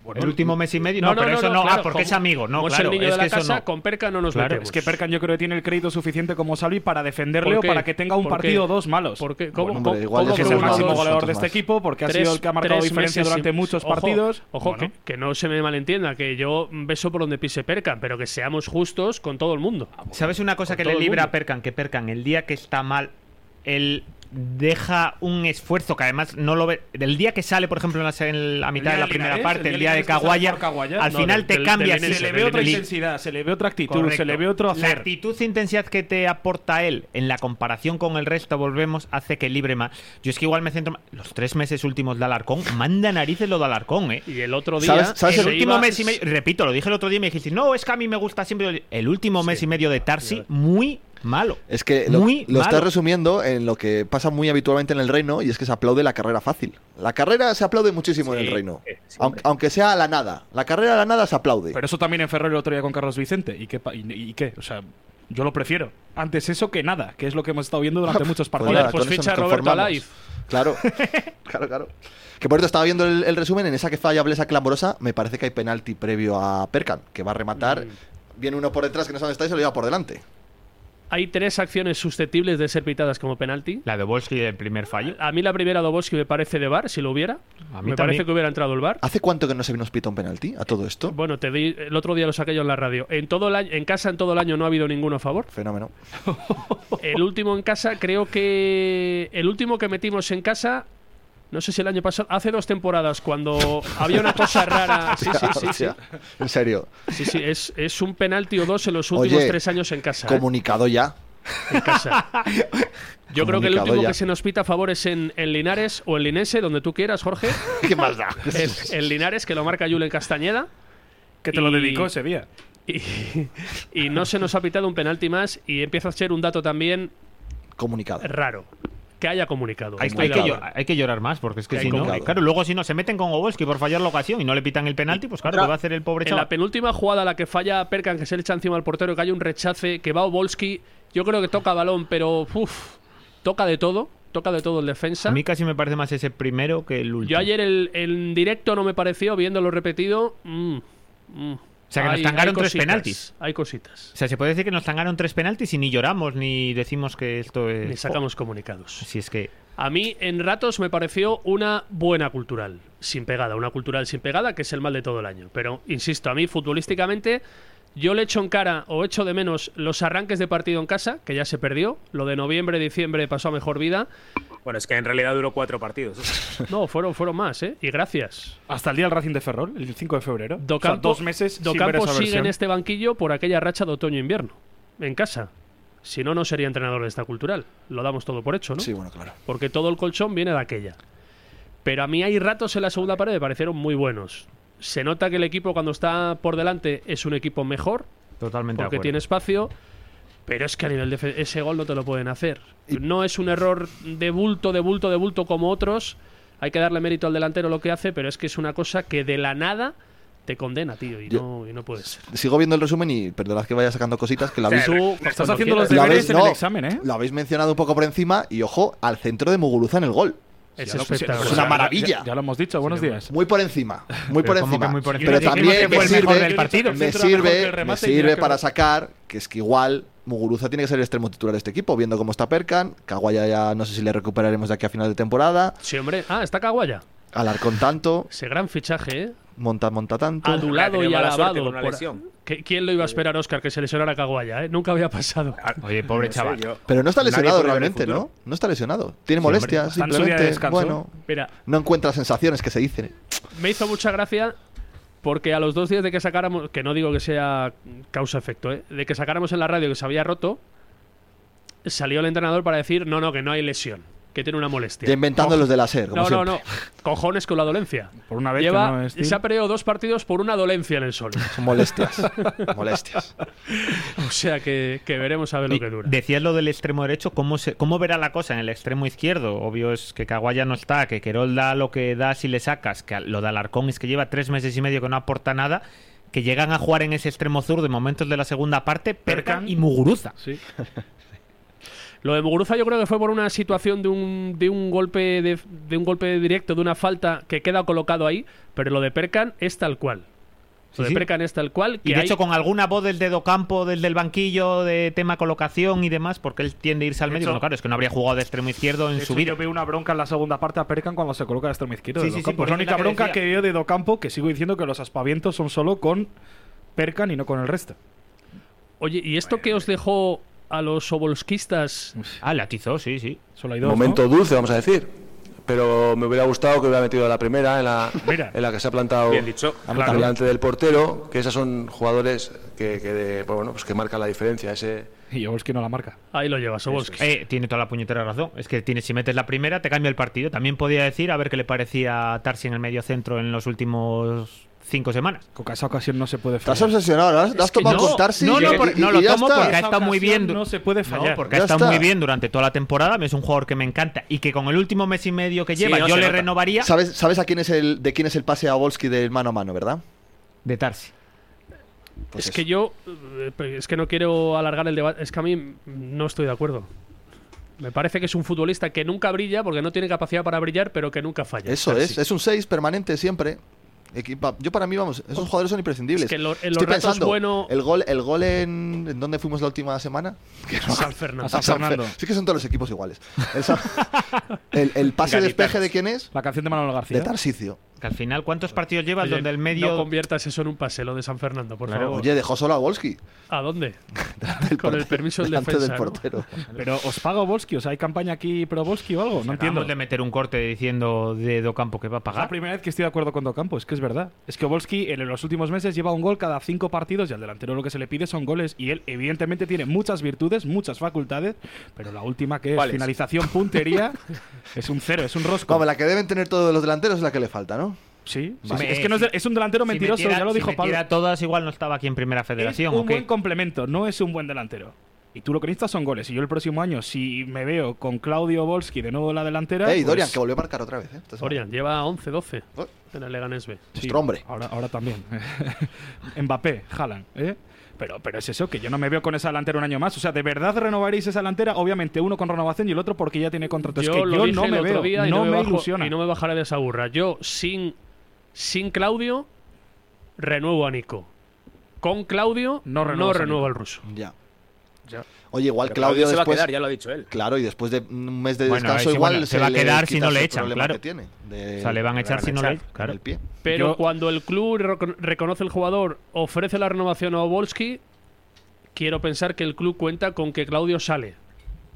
C: Bueno,
B: el último mes y medio. No,
C: No, no,
B: pero
C: no,
B: eso
C: no,
B: no.
C: claro,
B: ah, porque
C: como-
B: es amigo. No,
C: como es
B: claro.
C: el niño
B: es
C: de la
B: que eso
C: casa,
B: no.
C: con Perkan no nos
B: Claro,
C: metemos.
D: Es que Perkan yo creo que tiene el crédito suficiente como Salvi para defenderle o
C: ¿Por qué?
D: para que tenga un
C: ¿Por qué?
D: partido o dos malos.
C: ¿Por qué? ¿Cómo-
A: Bueno, hombre,
C: cómo-
A: igual
C: cómo
D: Porque
A: ya
D: es
A: se
D: el
C: uno,
A: unos
D: máximo
A: dos,
D: goleador
A: otros
D: de este
A: más.
D: equipo, porque ha
C: tres-
D: sido el que ha marcado
C: tres
D: diferencia
C: meses
D: durante
C: sin-
D: muchos
C: Ojo,
D: partidos.
C: Ojo,
D: Bueno.
C: que, que no se me malentienda, que yo beso por donde pise Perkan, pero que seamos justos con todo el mundo.
B: ¿Sabes una cosa
C: Con
B: que
C: todo
B: le
C: el
B: libra
C: mundo.
B: a Perkan? Que Perkan, el día que está mal, él deja un esfuerzo que además no lo ve. El día que sale, por ejemplo, en la, se- en la mitad
D: día
B: de la
D: de
B: primera
D: Linares,
B: parte,
D: el
B: el
D: día
B: día de
D: ¿eh? que sale por
B: Caguaya,
D: Caguaya,
B: al
C: no,
B: final
C: del-
B: te
C: del-
B: cambia.
C: del Linares, Eso,
D: Se le
B: el-
D: ve otra
B: el-
D: intensidad, se le ve otra actitud,
B: Correcto.
D: se le ve otro
B: La
D: hacer.
B: actitud e intensidad que te aporta él en la comparación con el resto, volvemos, hace que libre más. Yo es que igual me centro más- Los tres meses últimos de Alarcón, manda narices lo de Alarcón, ¿eh?
C: Y el otro día. eh,
A: ¿Sabes- sabes
B: el
A: se
B: último
C: iba-
B: mes y medio, repito, lo dije el otro día y me dijiste, no, es que a mí me gusta siempre. El último mes y medio de Tarsi, muy malo.
A: Es que lo,
B: Muy
A: lo estás
B: malo.
A: resumiendo en lo que pasa muy habitualmente en el reino y es que se aplaude la carrera fácil. La carrera se aplaude muchísimo en el reino. aunque, aunque sea a la nada. La carrera a la nada se aplaude.
D: Pero eso también en Ferrol el otro día con Carlos Vicente. ¿Y qué? pa- y- y qué? O sea, yo lo prefiero. Antes eso que nada, que es lo que hemos estado viendo durante muchos
A: Pues
D: partidos.
A: nada,
C: pues
A: con eso
C: ficha
A: nos
C: a Roberto
A: conformamos.
C: Alaiz.
A: Claro, claro, claro. Que por cierto, estaba viendo el, el resumen. En esa que falla Blesa clamorosa, me parece que hay penalti previo a Perkan, que va a
C: Mm.
A: rematar. Viene uno por detrás que no sabe dónde está y se lo lleva por delante.
C: Hay tres acciones susceptibles de ser pitadas como penalti.
B: La de Volsky del primer fallo.
C: A mí la primera Doboski me parece de bar, si lo hubiera.
B: A mí
C: me
B: también.
C: parece que hubiera entrado el bar.
A: ¿Hace cuánto que no se nos pita un penalti a todo esto?
C: Bueno, te di, el otro día lo saqué yo en la radio. En todo el año, en casa en todo el año no ha habido ninguno a favor.
A: Fenómeno.
C: El último en casa, creo que el último que metimos en casa, no sé si el año pasado, hace dos temporadas cuando había una cosa rara. Sí, sí, sí, sí.
A: O sea, En serio,
C: Sí, sí, es, es un penalti o dos en los últimos
A: Oye,
C: tres años en casa. ¿eh?
A: comunicado ya.
C: En casa. Yo creo que el
A: Comunicado
C: último
A: ya.
C: que se nos pita a favor es en, en Linares o en Linense, donde tú quieras, Jorge.
A: ¿Qué más da?
C: En, en Linares, que lo marca Julen Castañeda.
D: Que te lo
C: Y-
D: dedicó ese día.
C: Y, y no se nos ha pitado un penalti más. Y empieza a ser un dato también
A: Comunicado.
C: raro. Que haya comunicado.
A: Pues
B: Hay,
C: Estoy
B: hay
C: de
B: que
C: acuerdo.
B: llorar, hay que llorar más, porque es que
C: Hay
B: si no.
A: complicado.
B: Claro, luego si no se meten con Obolski por fallar la ocasión y no le pitan el penalti, pues claro,
E: Otra-
B: ¿qué va a hacer el pobre
C: En la
B: chaval?
C: penúltima jugada, la que falla Perkan, que se le echa encima al portero, que hay un rechace, que va Obolski. Yo creo que toca balón, pero uf, toca de todo. Toca de todo el defensa.
B: A mí casi me parece más ese primero que el último.
C: Yo ayer el, en directo no me pareció, viéndolo repetido. mm, mm.
B: O sea, que nos tangaron tres
C: cositas,
B: penaltis.
C: Hay cositas.
B: O sea, se puede decir que nos tangaron tres penaltis y ni lloramos ni decimos que esto es.
C: Ni sacamos comunicados.
B: Si es que.
C: A mí, en ratos, me pareció una buena cultural, sin pegada. Una cultural sin pegada, que es el mal de todo el año. Pero, insisto, a mí, futbolísticamente, yo le echo en cara o echo de menos los arranques de partido en casa, que ya se perdió. Lo de noviembre, diciembre pasó a mejor vida.
E: Bueno, es que en realidad duró cuatro partidos.
C: No, fueron, fueron más, ¿eh? Y gracias.
D: Hasta el día del Racing de Ferrol, el 5 de febrero. O sea,
C: Docampo,
D: dos meses sin ver
C: Docampo
D: esa
C: sigue en
D: versión.
C: este banquillo por aquella racha de otoño-invierno, en casa. Si no, no sería entrenador de esta cultural. Lo damos todo por hecho, ¿no?
A: Sí, bueno, claro.
C: Porque todo el colchón viene de aquella. Pero a mí hay ratos en la segunda pared que me parecieron muy buenos. Se nota que el equipo cuando está por delante es un equipo mejor,
B: Totalmente de
C: porque
B: acuerdo.
C: tiene espacio, pero es que a nivel de ese gol no te lo pueden hacer. No es un error de bulto, de bulto, de bulto como otros. Hay que darle mérito al delantero lo que hace, pero es que es una cosa que de la nada te condena, tío, y,
A: Yo-
C: no, y no puede ser.
A: Sigo viendo el resumen y perdonad que vaya sacando cositas que la habéis,
C: Tú,
D: Estás
C: cuando
D: haciendo los
C: quieras,
A: la
D: deberes
A: habéis-
D: en
A: no,
D: el examen, ¿eh?
A: lo habéis mencionado un poco por encima y ojo al centro de Muguruza en el gol.
C: es
D: Ya lo-
C: espectacular.
A: Es una maravilla.
D: Ya, ya lo hemos dicho, buenos días.
A: Muy por encima, muy por
B: ¿cómo
A: encima.
B: que muy por encima?
A: Pero
B: Dijimos que fue
A: también me
B: el mejor
A: sirve,
B: del partido.
A: me
D: Centro era mejor que el
A: sirve, me
D: remate y mira
A: sirve
D: que-
A: para sacar que es que igual Muguruza tiene que ser el extremo titular de este equipo, viendo cómo está Perkan, Caguaya ya no sé si le recuperaremos de aquí a final de temporada,
C: Sí, hombre. Ah, está Caguaya.
A: Alarcón tanto,
C: Ese gran fichaje, ¿eh?
A: Monta Monta tanto.
C: Adulado
E: tenido
C: y
E: mala
C: alabado.
E: suerte con una
C: por-
E: lesión.
C: ¿Qué- ¿Quién lo iba a esperar, Oscar, que se lesionara Caguaya? ¿eh? Nunca había pasado.
B: Oye, pobre chaval.
A: Pero no está
E: Nadie
A: lesionado
E: puede ver el
A: realmente,
E: futuro.
A: ¿no? No está lesionado. Tiene molestias,
D: está en su día de
A: simplemente.
D: descanso.
A: bueno,
C: Mira,
A: no encuentra sensaciones que se dicen.
C: me hizo mucha gracia porque a los dos días de que sacáramos, que no digo que sea causa-efecto, ¿eh? de que sacáramos en la radio que se había roto, salió el entrenador para decir, no, no, que no hay lesión, que tiene una molestia.
A: Ya inventando los de la SER, como
C: No, no,
A: siempre.
C: no. Cojones con la dolencia.
D: Por una vez que
C: Lleva,
D: no es Steel.
C: se ha perdido dos partidos por una dolencia en el sol.
A: Son molestias. molestias.
C: O sea que, que veremos a ver lo que dura.
B: Decías lo del extremo derecho, ¿cómo, se, ¿cómo verá la cosa en el extremo izquierdo? Obvio es que Caguaya no está, que Querol da lo que da si le sacas, que lo de Alarcón es que lleva tres meses y medio que no aporta nada, que llegan a jugar en ese extremo zurdo en momentos de la segunda parte, Perkan
D: Perkan.
B: y Muguruza.
D: Sí.
C: Lo de Muguruza yo creo que fue por una situación de un, de un golpe de, de un golpe directo, de una falta que queda colocado ahí, pero lo de Perkan es tal cual. Lo
B: Sí,
C: de
B: sí.
C: Perkan es tal cual.
B: Y
C: que
B: de
C: hay-
B: hecho, con alguna voz del dedo campo, desde el banquillo, de tema colocación y demás, porque él tiende a irse al
D: De
B: medio.
D: hecho-
B: Bueno, claro, es que no habría jugado de extremo izquierdo en
D: De hecho,
B: su vida.
D: Yo veo una bronca en la segunda parte a Perkan cuando se coloca de extremo izquierdo.
B: Sí,
D: de
B: sí, sí,
D: Docampo.
B: por
D: es
B: eso
D: la
B: es
D: única
B: la que
D: bronca
B: decía.
D: que veo de Docampo, que sigo diciendo que los aspavientos son solo con Perkan y no con el resto.
C: Oye, ¿y esto que os dejó a los sobolskistas?
B: Ah, le atizó, sí, sí.
D: Solo hay dos. ¿no?
F: Momento dulce, vamos a decir. Pero me hubiera gustado que hubiera metido a la primera, en la,
D: Mira.
F: en la que se ha plantado
E: Bien dicho.
F: delante del portero, que esas son jugadores que, que de- bueno, pues que marcan la diferencia. Ese,
D: Y yo es que no la marca.
C: Ahí lo lleva Sobolski.
B: Eh, tiene toda la puñetera razón. Es que tiene, si metes la primera, te cambia el partido. También podía decir a ver qué le parecía a Tarsi en el medio centro en los últimos cinco semanas.
D: Con esa ocasión no se puede
A: Estás
D: fallar.
A: obsesionado, ¿no? has, has tomado
B: no,
A: con Tarsi
B: no, no,
A: y-
B: por-
A: y-
B: no
A: y
B: lo
A: ya
B: tomo
A: está.
B: porque ha estado muy bien.
D: ocasión no se puede fallar.
B: No, porque
A: Ya
B: ha estado
A: está.
B: muy bien durante toda la temporada. Es un jugador que me encanta y que con el último mes y medio que
E: Sí,
B: lleva
E: no,
B: yo
E: se
B: le
E: nota.
B: renovaría
A: ¿Sabes, sabes a quién es el, de quién es el pase a Volsky del mano a mano, ¿verdad?
B: de Tarsi.
A: Pues
C: es
A: eso.
C: que yo, eh, es que no quiero alargar el debate, es que a mí mm, no estoy de acuerdo. Me parece que es un futbolista que nunca brilla porque no tiene capacidad para brillar, pero que nunca falla.
A: Eso
C: Tarsi.
A: es, es un 6 permanente siempre. Equipa- Yo para mí, vamos, esos jugadores son imprescindibles.
C: Es que en lo- en los
A: Estoy
C: ratos
A: pensando,
C: bueno-
A: el gol, el gol en, ¿en dónde fuimos la última semana? Que no-
C: San Fernando.
D: A San
A: a Fer-
D: Fernando.
A: Sí que son todos los equipos iguales. El, San- el- el pase de despeje de quién es?
D: La canción de Manuel García.
A: De Tarsicio.
B: Que al final, ¿cuántos partidos llevas
C: Oye,
B: donde el medio.
C: No conviertas eso en un paselo de San Fernando, por favor.
A: Oye, dejó solo a Volsky.
C: ¿A dónde?
A: delante del
C: Con el
A: portero-
C: permiso del
A: delante
C: defensa,
A: del
C: ¿no?
A: portero.
D: Pero os pago Volsky, o sea, hay campaña aquí pro Volsky o algo.
B: Acabamos
D: No entiendo.
B: de meter un corte diciendo de Docampo que va a
D: Es la
B: pagar.
D: primera vez que estoy de acuerdo con Docampo, es que es verdad. Es que Volsky en los últimos meses lleva un gol cada cinco partidos y al delantero lo que se le pide son goles. Y él, evidentemente, tiene muchas virtudes, muchas facultades, pero la última que es
E: ¿Cuáles?
D: finalización, puntería, es un cero, es un rosco.
A: Vamos, la que deben tener todos los delanteros es la que le falta, ¿no?
D: Sí, sí,
B: Vale.
D: sí. es que no es, de- es un delantero
B: Si
D: mentiroso,
B: metiera-
D: ya lo
B: si
D: dijo Pablo.
B: metiera todas, igual no estaba aquí en Primera
D: Es
B: Federación.
D: un
B: ¿o qué?
D: buen complemento, no es un buen delantero. Y tú lo que necesitas son goles. Y yo el próximo año, si me veo con Claudio Volsky de nuevo en la delantera.
A: Ey,
D: pues-
A: Dorian, que volvió a marcar otra vez. ¿eh? Esta semana.
C: Orián, lleva 11, 12
A: Oh.
C: en el Leganés B.
D: Sí,
A: Nuestro hombre.
B: Ah.
D: Ahora, ahora también. Mbappé, Haaland, ¿eh? Pero, pero es eso, que yo no me veo con esa delantera un año más. O sea, ¿de verdad renovaréis esa delantera? Obviamente, uno con renovación y el otro porque ya tiene contrato. es que
C: lo
D: yo
C: dije
D: no me
C: el otro
D: veo,
C: día y
D: no,
C: no,
D: me
C: bajo-
D: ilusiona.
C: y no me bajaré de esa burra. Yo, sin, sin Claudio, renuevo a Nico. Con Claudio,
D: No
C: no
D: renuevas
C: renuevo,
D: a Nico.
C: al ruso.
A: Ya. Oye, igual
E: Pero
A: Claudio,
E: se va a
A: después.
E: quedar, ya lo ha dicho él.
A: Claro, y después de un mes de
B: Bueno,
A: descanso,
B: ahí sí,
A: igual
B: bueno, se va a
A: le
B: quedar si
A: quitas
B: no le
A: el
B: echan,
A: problema
B: claro.
A: que tiene de-
B: O sea, le van a echar si no le. Claro.
A: el pie.
C: Pero
D: Yo-
C: cuando el club recono- reconoce el jugador, ofrece la renovación a Obolski, quiero pensar que el club cuenta con que Claudio sale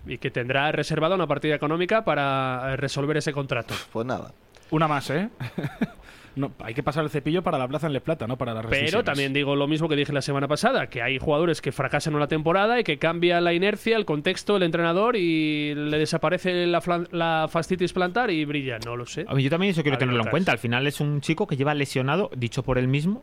C: y que tendrá reservada una partida económica para eh, resolver ese contrato.
A: Pues nada.
D: Una más, ¿eh? No, hay que pasar el cepillo para la plaza en Le Plata, no para las
C: Pero
D: rescisiones.
C: también digo lo mismo que dije la semana pasada, que hay jugadores que fracasan una temporada y que cambia la inercia, el contexto, el entrenador y le desaparece la, flan- la fascitis plantar y brilla, no lo sé.
B: A mí, yo también eso quiero
C: Había
B: tenerlo en
C: otras.
B: cuenta. Al final es un chico que lleva lesionado, dicho por él mismo,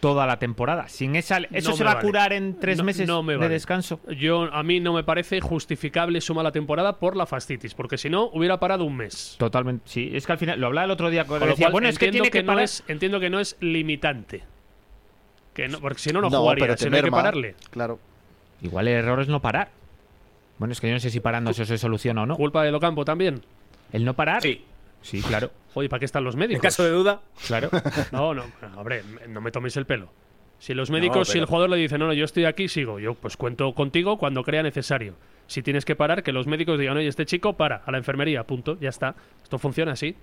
B: toda la temporada. Sin esa, ¿Eso
C: No
B: se
C: me
B: va a
C: vale.
B: curar en tres
C: No-
B: meses
C: no me
B: de
C: vale.
B: descanso?
C: Yo a mí no me parece justificable su mala temporada por la fascitis, porque si no hubiera parado un mes.
B: Totalmente. Sí, es que al final, lo hablaba el otro día,
C: Con lo
B: decía,
C: cual,
B: bueno, es que
C: entiendo
B: tiene que,
C: no
B: parar.
C: es- entiendo que no es limitante. Que no, porque si no, no,
A: No,
C: jugaría.
A: pero
C: si
A: te
C: no hay que
A: merma.
C: pararle.
A: Claro.
B: Igual el error es no parar. Bueno, es que yo no sé si parando eso se soluciona o no.
C: Culpa de Locampo también.
B: El no parar.
E: Sí.
B: Sí, claro.
C: Oye, ¿para qué están los
E: En
C: médicos?
E: caso de duda,
B: Claro.
C: No, no, hombre, no me toméis el pelo. Si los médicos, si
E: pero-
C: el jugador le dice, no, no, yo estoy aquí, sigo, yo pues cuento contigo cuando crea necesario. Si tienes que parar, que los médicos digan, oye, este chico para, a la enfermería, punto, ya está. Esto funciona así.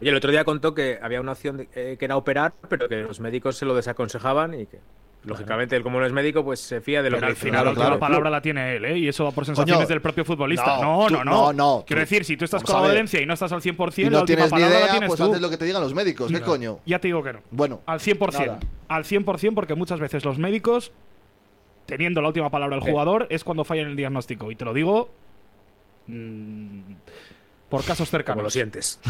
E: Oye, el otro día contó que había una opción de- eh, que era operar, pero que los médicos se lo desaconsejaban y que, lógicamente, él como no es médico, pues se fía de lo que
D: Pero al
E: dice.
D: final la
A: Claro,
D: última
A: claro.
D: palabra la tiene él, ¿eh? Y eso va por sensaciones
A: Coño,
D: del propio futbolista. No,
A: no,
D: no, no.
A: tú- no, no,
D: Quiero
A: tú-
D: decir, si tú estás
A: vamos
D: con
A: a ver.
D: dolencia y no estás al 100%,
A: Y
D: la
A: no
D: última
A: tienes ni
D: palabra la
A: idea,
D: tienes
A: pues
D: tú.
A: haces lo que te digan los médicos. ¿Qué coño?
D: Ya te digo que no.
A: Bueno,
D: Al 100%.
A: nada.
D: Al 100% porque muchas veces los médicos, teniendo la última palabra el jugador, es cuando fallan el diagnóstico. Y te lo digo mm, por casos
E: Como
D: cercanos.
E: lo sientes.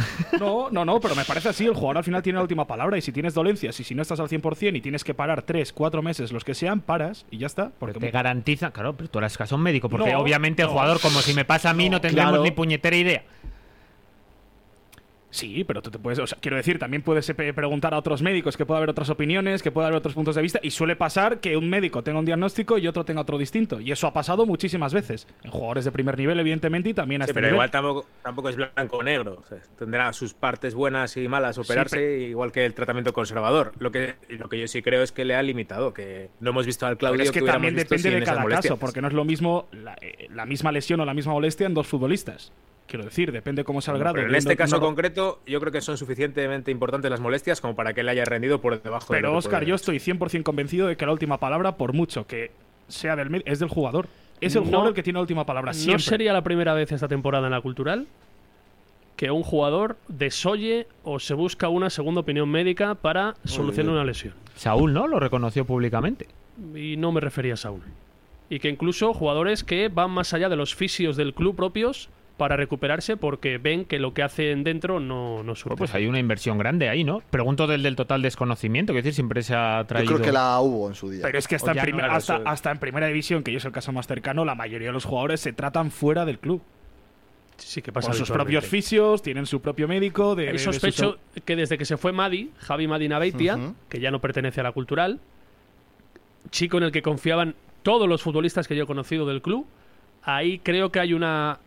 D: No, no, no, pero me parece así. El jugador al final tiene la última palabra y si tienes dolencias y si no estás al 100% y tienes que parar 3, 4 meses, los que sean, paras y ya está. Porque
B: Te garantizan, claro, pero tú eres caso médico, porque
D: No,
B: obviamente el
D: no.
B: jugador, como si me pasa a mí, no, tendremos
A: claro.
B: ni puñetera idea. Sí, pero tú te puedes, o sea, quiero decir, también puedes eh, pe- preguntar a otros médicos que pueda haber otras opiniones, que pueda haber otros puntos de vista, y suele pasar que un médico tenga un diagnóstico y otro tenga otro distinto, y eso ha pasado muchísimas veces, en jugadores de primer nivel, evidentemente, y también a
G: Sí,
B: este
G: pero
B: nivel.
G: igual tampoco, tampoco es blanco o negro. O sea, tendrá sus partes buenas y malas operarse, igual que el tratamiento conservador. Lo que, lo que yo sí creo es que le ha limitado, que no hemos visto al Claudio
B: Pero es que
G: hubiéramos
B: también
G: visto
B: depende
G: sin
B: de
G: esas
B: cada
G: molestias.
B: caso, porque no es lo mismo la, eh, la misma lesión o la misma molestia en dos futbolistas. Quiero decir, depende cómo sea el grado.
G: Pero en
B: de
G: este
B: uno-
G: caso
B: uno-
G: concreto, yo creo que son suficientemente importantes las molestias como para que él haya rendido por debajo de
B: Pero
G: lo que
B: Oscar,
G: puede.
B: yo estoy 100% convencido de que la última palabra, por mucho que sea del med- es del jugador. Es el
C: No-
B: jugador el que tiene la última palabra siempre.
C: No sería la primera vez esta temporada en la cultural que un jugador desoye o se busca una segunda opinión médica para solucionar una lesión.
H: Saúl, ¿no? Lo reconoció públicamente.
C: Y no me refería a Saúl. Y que incluso jugadores que van más allá de los fisios del club propios para recuperarse porque ven que lo que hacen dentro no, no surte.
H: Bueno, pues hay una inversión grande ahí, ¿no? Pregunto del, del total desconocimiento, que decir, siempre se ha
A: Yo
H: traído.
A: creo que la hubo en su día.
B: Pero es que
H: O
B: hasta, en,
H: ya no,
B: primer-
H: claro,
B: hasta,
H: eso-
B: hasta en primera división, que yo es el caso más cercano, la mayoría de los jugadores se tratan fuera del club.
C: sí que pasa
B: Con sus
C: habitualmente.
B: propios fisios, tienen su propio médico. De, de-
C: Hay
B: de su-
C: sospecho que desde que se fue Madi, Javi Madi Naveitia,
A: Ujú.
C: que ya no pertenece a la cultural, chico en el que confiaban todos los futbolistas que yo he conocido del club, ahí creo que hay una,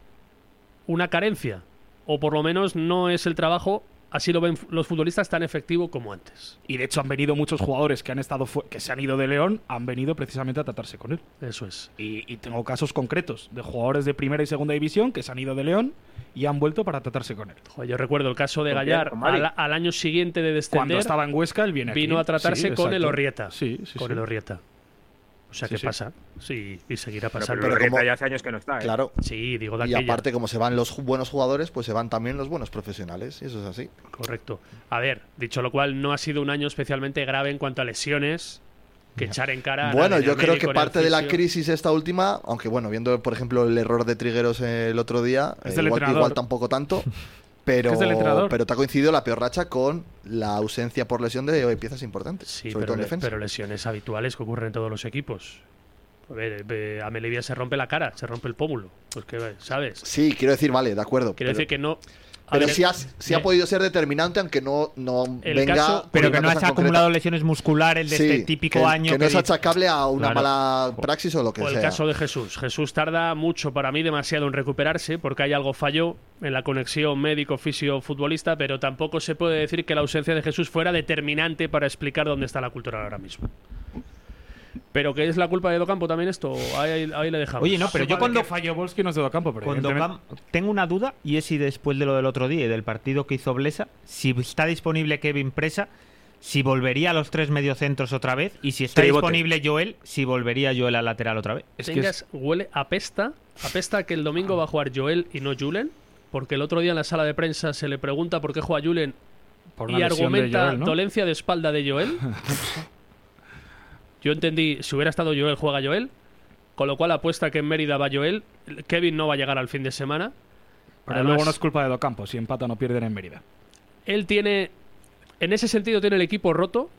C: una carencia. O por lo menos no es el trabajo, así lo ven f- los futbolistas, tan efectivo como antes.
B: Y de hecho han venido muchos jugadores que han estado fu- que se han ido de León, han venido precisamente a tratarse con él.
C: Eso es.
B: Y, y tengo casos concretos de jugadores de primera y segunda división que se han ido de León y han vuelto para tratarse con él.
C: Joder, yo recuerdo el caso de
G: ¿Con quién?
C: Gallar
G: ¿Con Madi?
C: al, al año siguiente de descender.
B: Cuando estaba en Huesca, él viene aquí.
C: vino a tratarse
B: Sí,
C: con el
B: exacto.
C: Orrieta.
B: Sí, sí,
C: con
B: sí.
C: el Orrieta. O sea,
B: Sí,
C: ¿qué
B: sí.
C: pasa? Sí, y seguirá
G: Pero,
C: pasando.
G: pero
A: Pero
G: Loreta
A: como-
G: ya hace años que no está. ¿eh?
A: Claro.
C: Sí, digo de
A: Y
C: aquella.
A: aparte, como se van los ju- buenos jugadores, pues se van también los buenos profesionales. Y eso es así.
C: Correcto. A ver, dicho lo cual, no ha sido un año especialmente grave en cuanto a lesiones que echar en cara. a
A: Bueno,
C: nadie, ni
A: yo
C: al
A: creo
C: médico,
A: que
C: ni al
A: parte de la
C: fisio.
A: crisis esta última, aunque bueno, viendo por ejemplo el error de Trigueros el otro día,
B: Es
A: eh,
B: del
A: igual,
B: entrenador.
A: igual tampoco tanto, pero,
B: Es del entrenador.
A: pero te ha coincidido la peor racha con la ausencia por lesión de piezas importantes,
C: Sí,
A: sobre
C: pero,
A: todo en
C: le-
A: defensa.
C: pero lesiones habituales que ocurren en todos los equipos. A ver, eh, a Melivia se rompe la cara, se rompe el pómulo. Pues que, ¿sabes?
A: Sí, quiero decir, vale, de acuerdo.
C: Quiero
A: pero
C: decir que no. a
A: pero
C: ver,
A: sí, has- sí ha
C: eh,
A: podido ser determinante, aunque no, no
C: El
A: venga.
C: caso-
A: por
H: Pero
A: una
H: que no
A: cosa
H: has
A: en concreto.
H: acumulado lesiones musculares de
A: Sí,
H: este típico
A: que-
H: año.
A: Que no es
H: dices-
A: achacable a una
H: Claro.
A: mala praxis o lo que
C: O el
A: sea.
C: caso de Jesús. Jesús tarda mucho, para mí, demasiado en recuperarse porque hay algo falló en la conexión médico-fisio-futbolista, pero tampoco se puede decir que la ausencia de Jesús fuera determinante para explicar dónde está la cultura ahora mismo. Pero que es la culpa de Docampo también esto, ahí, ahí le dejamos.
H: Oye, no, pero yo cuando.
B: falló Volsky no es de Docampo, pero
H: Cuando
B: evidentemente-
H: Cam- Tengo una duda y es si después de lo del otro día y del partido que hizo Blesa, si está disponible Kevin Presa, si volvería a los tres mediocentros otra vez y si está
G: Tribote.
H: disponible Joel, si volvería Joel al lateral otra vez.
B: es que
C: Tengas,
B: es-
C: huele, apesta, apesta que el domingo va a jugar Joel y no Julen, porque el otro día en la sala de prensa se le pregunta por qué juega Julen
B: por una
C: y
B: lesión de
C: argumenta
B: Joel, ¿no?
C: dolencia de espalda de Joel. Yo entendí, si hubiera estado Joel, juega Joel. Con lo cual apuesta que en Mérida va Joel. Kevin no va a llegar al fin de semana.
B: Pero
C: Además-
B: luego no es culpa de Docampo, si empatan o pierden en Mérida.
C: Él tiene, en ese sentido, tiene el equipo roto.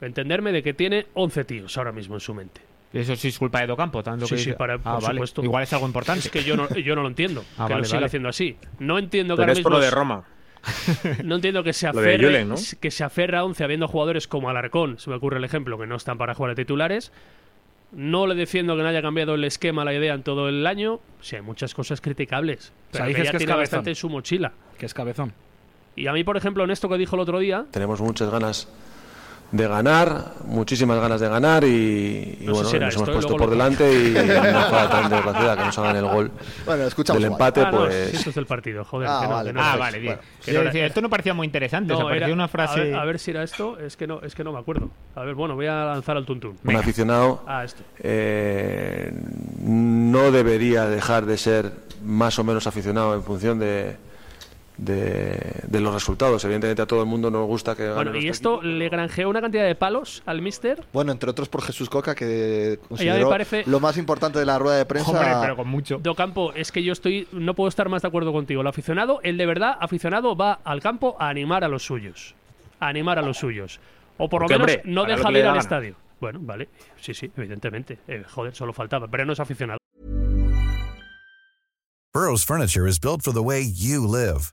C: Entenderme de que tiene 11 tíos ahora mismo en su mente.
H: Eso sí es culpa de Docampo, tanto
C: Sí,
H: que
C: sí,
H: dice-
C: para- por
H: Ah, vale.
C: supuesto.
H: Igual es algo importante.
C: Es que yo no, yo no lo entiendo.
H: Ah,
C: que
H: vale,
C: lo siga
H: vale.
C: haciendo así. No entiendo que
G: Pero
C: ahora
G: es por
C: mismo
G: lo de
C: es-
G: Roma.
C: No entiendo que se
G: Lo de
C: aferre,
G: Julen, ¿no?
C: que se aferra a 11 habiendo jugadores como Alarcón, se me ocurre el ejemplo, que no están para jugar de titulares. No le defiendo que no haya cambiado el esquema, la idea en todo el año. Sí, hay muchas cosas criticables. Pero
B: sea,
C: que
B: dices
C: ya
B: que es
C: tiene
B: cabezón.
C: bastante en su mochila.
B: Que es cabezón.
C: Y a mí, por ejemplo, en esto que dijo el otro día,
D: Tenemos muchas ganas de ganar, muchísimas ganas de ganar y, y
C: No sé
D: bueno,
C: si era
D: nos
C: esto,
D: hemos
C: ¿eh? Luego
D: puesto por
C: lo-
D: delante y no juega tan desgraciada que nos hagan el gol
A: Bueno, escuchamos.
D: del
A: igual.
D: empate,
C: Ah, no,
D: pues
C: si esto es del partido, joder.
A: Ah,
C: que no,
A: vale,
C: que no.
H: Ah,
A: perfecto.
H: vale, bien.
A: Bueno.
H: Que yo decía, esto no parecía muy interesante, o sea,
C: No,
H: parecía
C: era-
H: una frase.
C: a, ver, a ver si era esto, es que no, es que no me acuerdo. A ver, bueno, voy a lanzar al tuntún.
D: un aficionado
C: Ah, esto.
D: eh, no debería dejar de ser más o menos aficionado en función de, de- de los resultados. Evidentemente a todo el mundo nos gusta que... gane
C: Bueno, y
D: nuestro
C: esto le granjeó una cantidad de palos al mister.
A: Bueno, entre otros por Jesús Coca, que consideró
C: parece-
A: lo más importante de la rueda de prensa.
H: Hombre, pero con mucho.
C: Docampo, es que yo estoy, no puedo estar más de acuerdo contigo. El aficionado, el de verdad aficionado, va al campo a animar a los suyos. A animar a los suyos. O por lo
G: Porque,
C: menos
G: hombre,
C: no
G: hará lo que
C: deja de
G: le
C: ir
G: da
C: al
G: la
C: estadio. Bueno, vale, sí, sí, evidentemente. Eh, joder, solo faltaba. Pero no es aficionado.
I: Burrow's furniture is built for the way you live.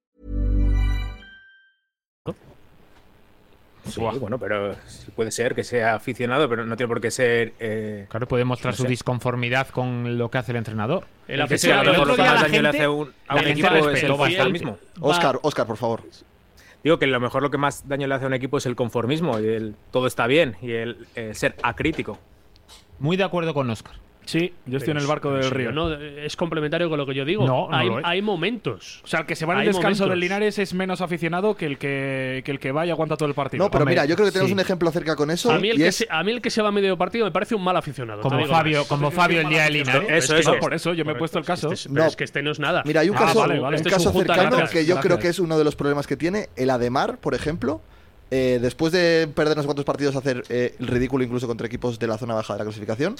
E: Sí, bueno, pero puede ser que sea aficionado, pero no tiene por qué ser. eh,
B: Claro, puede mostrar
E: No
B: su
E: sé.
B: disconformidad con lo que hace el entrenador.
C: El
E: que
C: aficionado,
E: sea, a lo
C: el
E: mejor
C: otro
E: lo que
C: día
E: más
C: la
E: daño le
C: gente-
E: hace un- a
B: la
E: un
B: gente
E: equipo es el
B: respetó bastante.
E: conformismo.
A: Oscar, Oscar, por favor.
E: Digo que a lo mejor lo que más daño le hace a un equipo es el conformismo, y el todo está bien, y el eh, ser acrítico.
B: Muy de acuerdo con Oscar.
D: Sí, yo estoy en el
C: Pero
D: barco
C: pues, sí,
D: del
C: sí,
D: río.
C: No, es complementario con lo que yo digo.
B: No, no
C: hay,
B: lo es.
C: hay momentos.
D: O sea, el que se va en el
C: Hay
D: descanso
C: momentos.
D: del Linares es menos aficionado que el que, que el que va y aguanta todo el partido.
A: No, pero
D: Hombre,
A: mira, yo creo que tenemos
D: sí.
A: un ejemplo cerca con eso.
C: A mí, el
A: y
C: que
A: es-
C: se, a mí el que se va a medio partido me parece un mal aficionado.
B: Como Fabio, como Fabio el día de Linares.
E: Eso,
D: No,
E: eso.
D: por eso yo me he puesto el caso.
C: Este es-
A: No.
C: pero es que este no es nada.
A: Mira, hay un
D: Ah,
A: caso,
D: vale, vale.
A: un
D: Este
C: es un
A: caso
C: junta,
A: cercano
C: gracias,
A: que yo
D: gracias.
A: creo que es uno de los problemas que tiene. El Ademar, por ejemplo, eh, después de perder no sé cuántos partidos, hacer eh, el ridículo incluso contra equipos de la zona baja de la clasificación,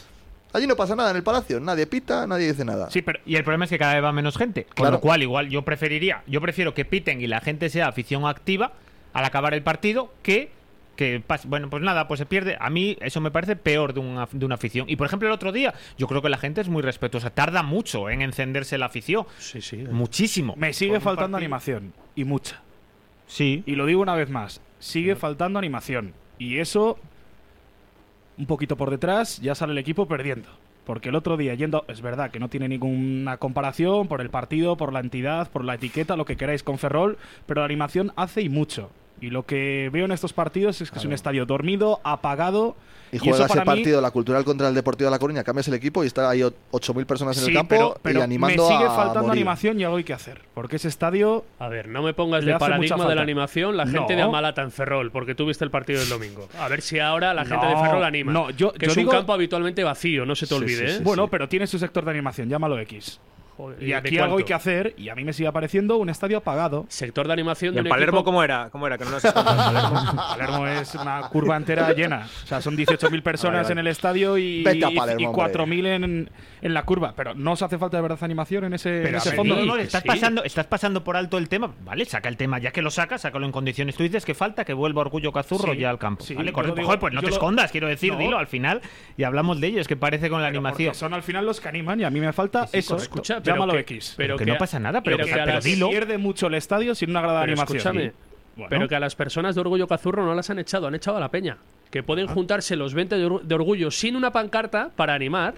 A: allí no pasa nada en el Palacio. Nadie pita, nadie dice nada.
D: Sí, pero
B: Y el problema es que cada vez va menos gente. Con
A: Claro.
B: lo cual, igual yo preferiría, yo prefiero que piten y la gente sea afición activa al acabar el partido que que pas- bueno, pues nada, pues se pierde. A mí eso me parece peor de una, de una afición. Y por ejemplo, el otro día, yo creo que la gente es muy respetuosa. Tarda mucho en encenderse la afición.
C: Sí, sí.
B: Muchísimo.
D: me sigue faltando animación. Y mucha.
B: Sí.
D: Y lo digo una vez más. Sigue faltando animación. Y eso, un poquito por detrás, ya sale el equipo perdiendo. Porque el otro día, yendo, es verdad que no tiene ninguna comparación por el partido, por la entidad, por la etiqueta, lo que queráis con Ferrol, pero la animación hace y mucho. Y lo que veo en estos partidos es que es un estadio dormido, apagado.
A: y juegas
D: eso
A: ese
D: para mí-
A: partido, la cultural contra el Deportivo de La Coruña, cambias el equipo y está ahí o- 8.000 personas en
D: Sí,
A: el campo
D: pero, pero
A: y animando
D: me sigue
A: a
D: faltando
A: morir.
D: animación y algo hay que hacer. Porque ese estadio
C: A ver, no me pongas
D: Le
C: de
D: hace mucha
C: paradigma de
D: falta.
C: la animación la gente
D: No.
C: de Amalata en Ferrol, porque tú viste el partido del domingo. A ver si ahora la gente de
D: No,
C: Ferrol anima.
D: no, yo-
C: que
D: yo
C: es
D: digo-
C: un campo habitualmente vacío, no se te
A: Sí,
C: olvide.
A: sí,
C: ¿eh?
A: sí,
D: Bueno, pero tiene su sector de animación, llámalo X.
C: Joder,
D: Y
C: ¿de
D: aquí algo
C: cuánto?
D: hay que hacer, y a mí me sigue apareciendo un estadio apagado.
C: Sector de animación
E: ¿Y
C: de
E: en
C: un
E: Palermo
C: equipo-
E: cómo era? ¿Cómo era? Que no nos-
D: Palermo es una curva entera llena. O sea, son 18.000 personas en el estadio y,
A: Vete a
D: y-
A: Palermo,
D: y
A: hombre.
D: 4.000 en, en la curva. Pero no os hace falta de verdad animación en ese, en
B: Pero
D: ese
B: a ver,
D: fondo.
B: no, no,
C: que
B: estás,
C: sí.
B: pasando, estás pasando por alto el tema. Vale, saca el tema. Ya que lo sacas, sácalo en condiciones. Tú dices que falta que vuelva Orgullo Cazurro
D: Sí,
B: ya al campo.
D: sí,
B: vale,
D: yo
B: correcto.
D: lo digo,
B: Joder, pues no
D: yo
B: te
D: lo-
B: escondas, quiero decir,
D: No.
B: dilo al final y hablamos de ello. Es que parece con la
D: Pero porque
B: animación.
D: Son al final los que animan y a mí me falta eso.
C: Escucha, pero
D: llámalo
C: que-
D: X.
C: pero
B: Que no pasa nada, pero que-
C: a
B: pero
C: las-
B: dilo.
D: Pierde mucho el estadio sin una grada de
C: Pero
D: animación.
C: escúchame,
D: Bueno.
C: Pero que a las personas de Orgullo Cazurro no las han echado, han echado a la peña. Que pueden
D: Ah.
C: juntarse los 20 de, Or- de Orgullo sin una pancarta para animar.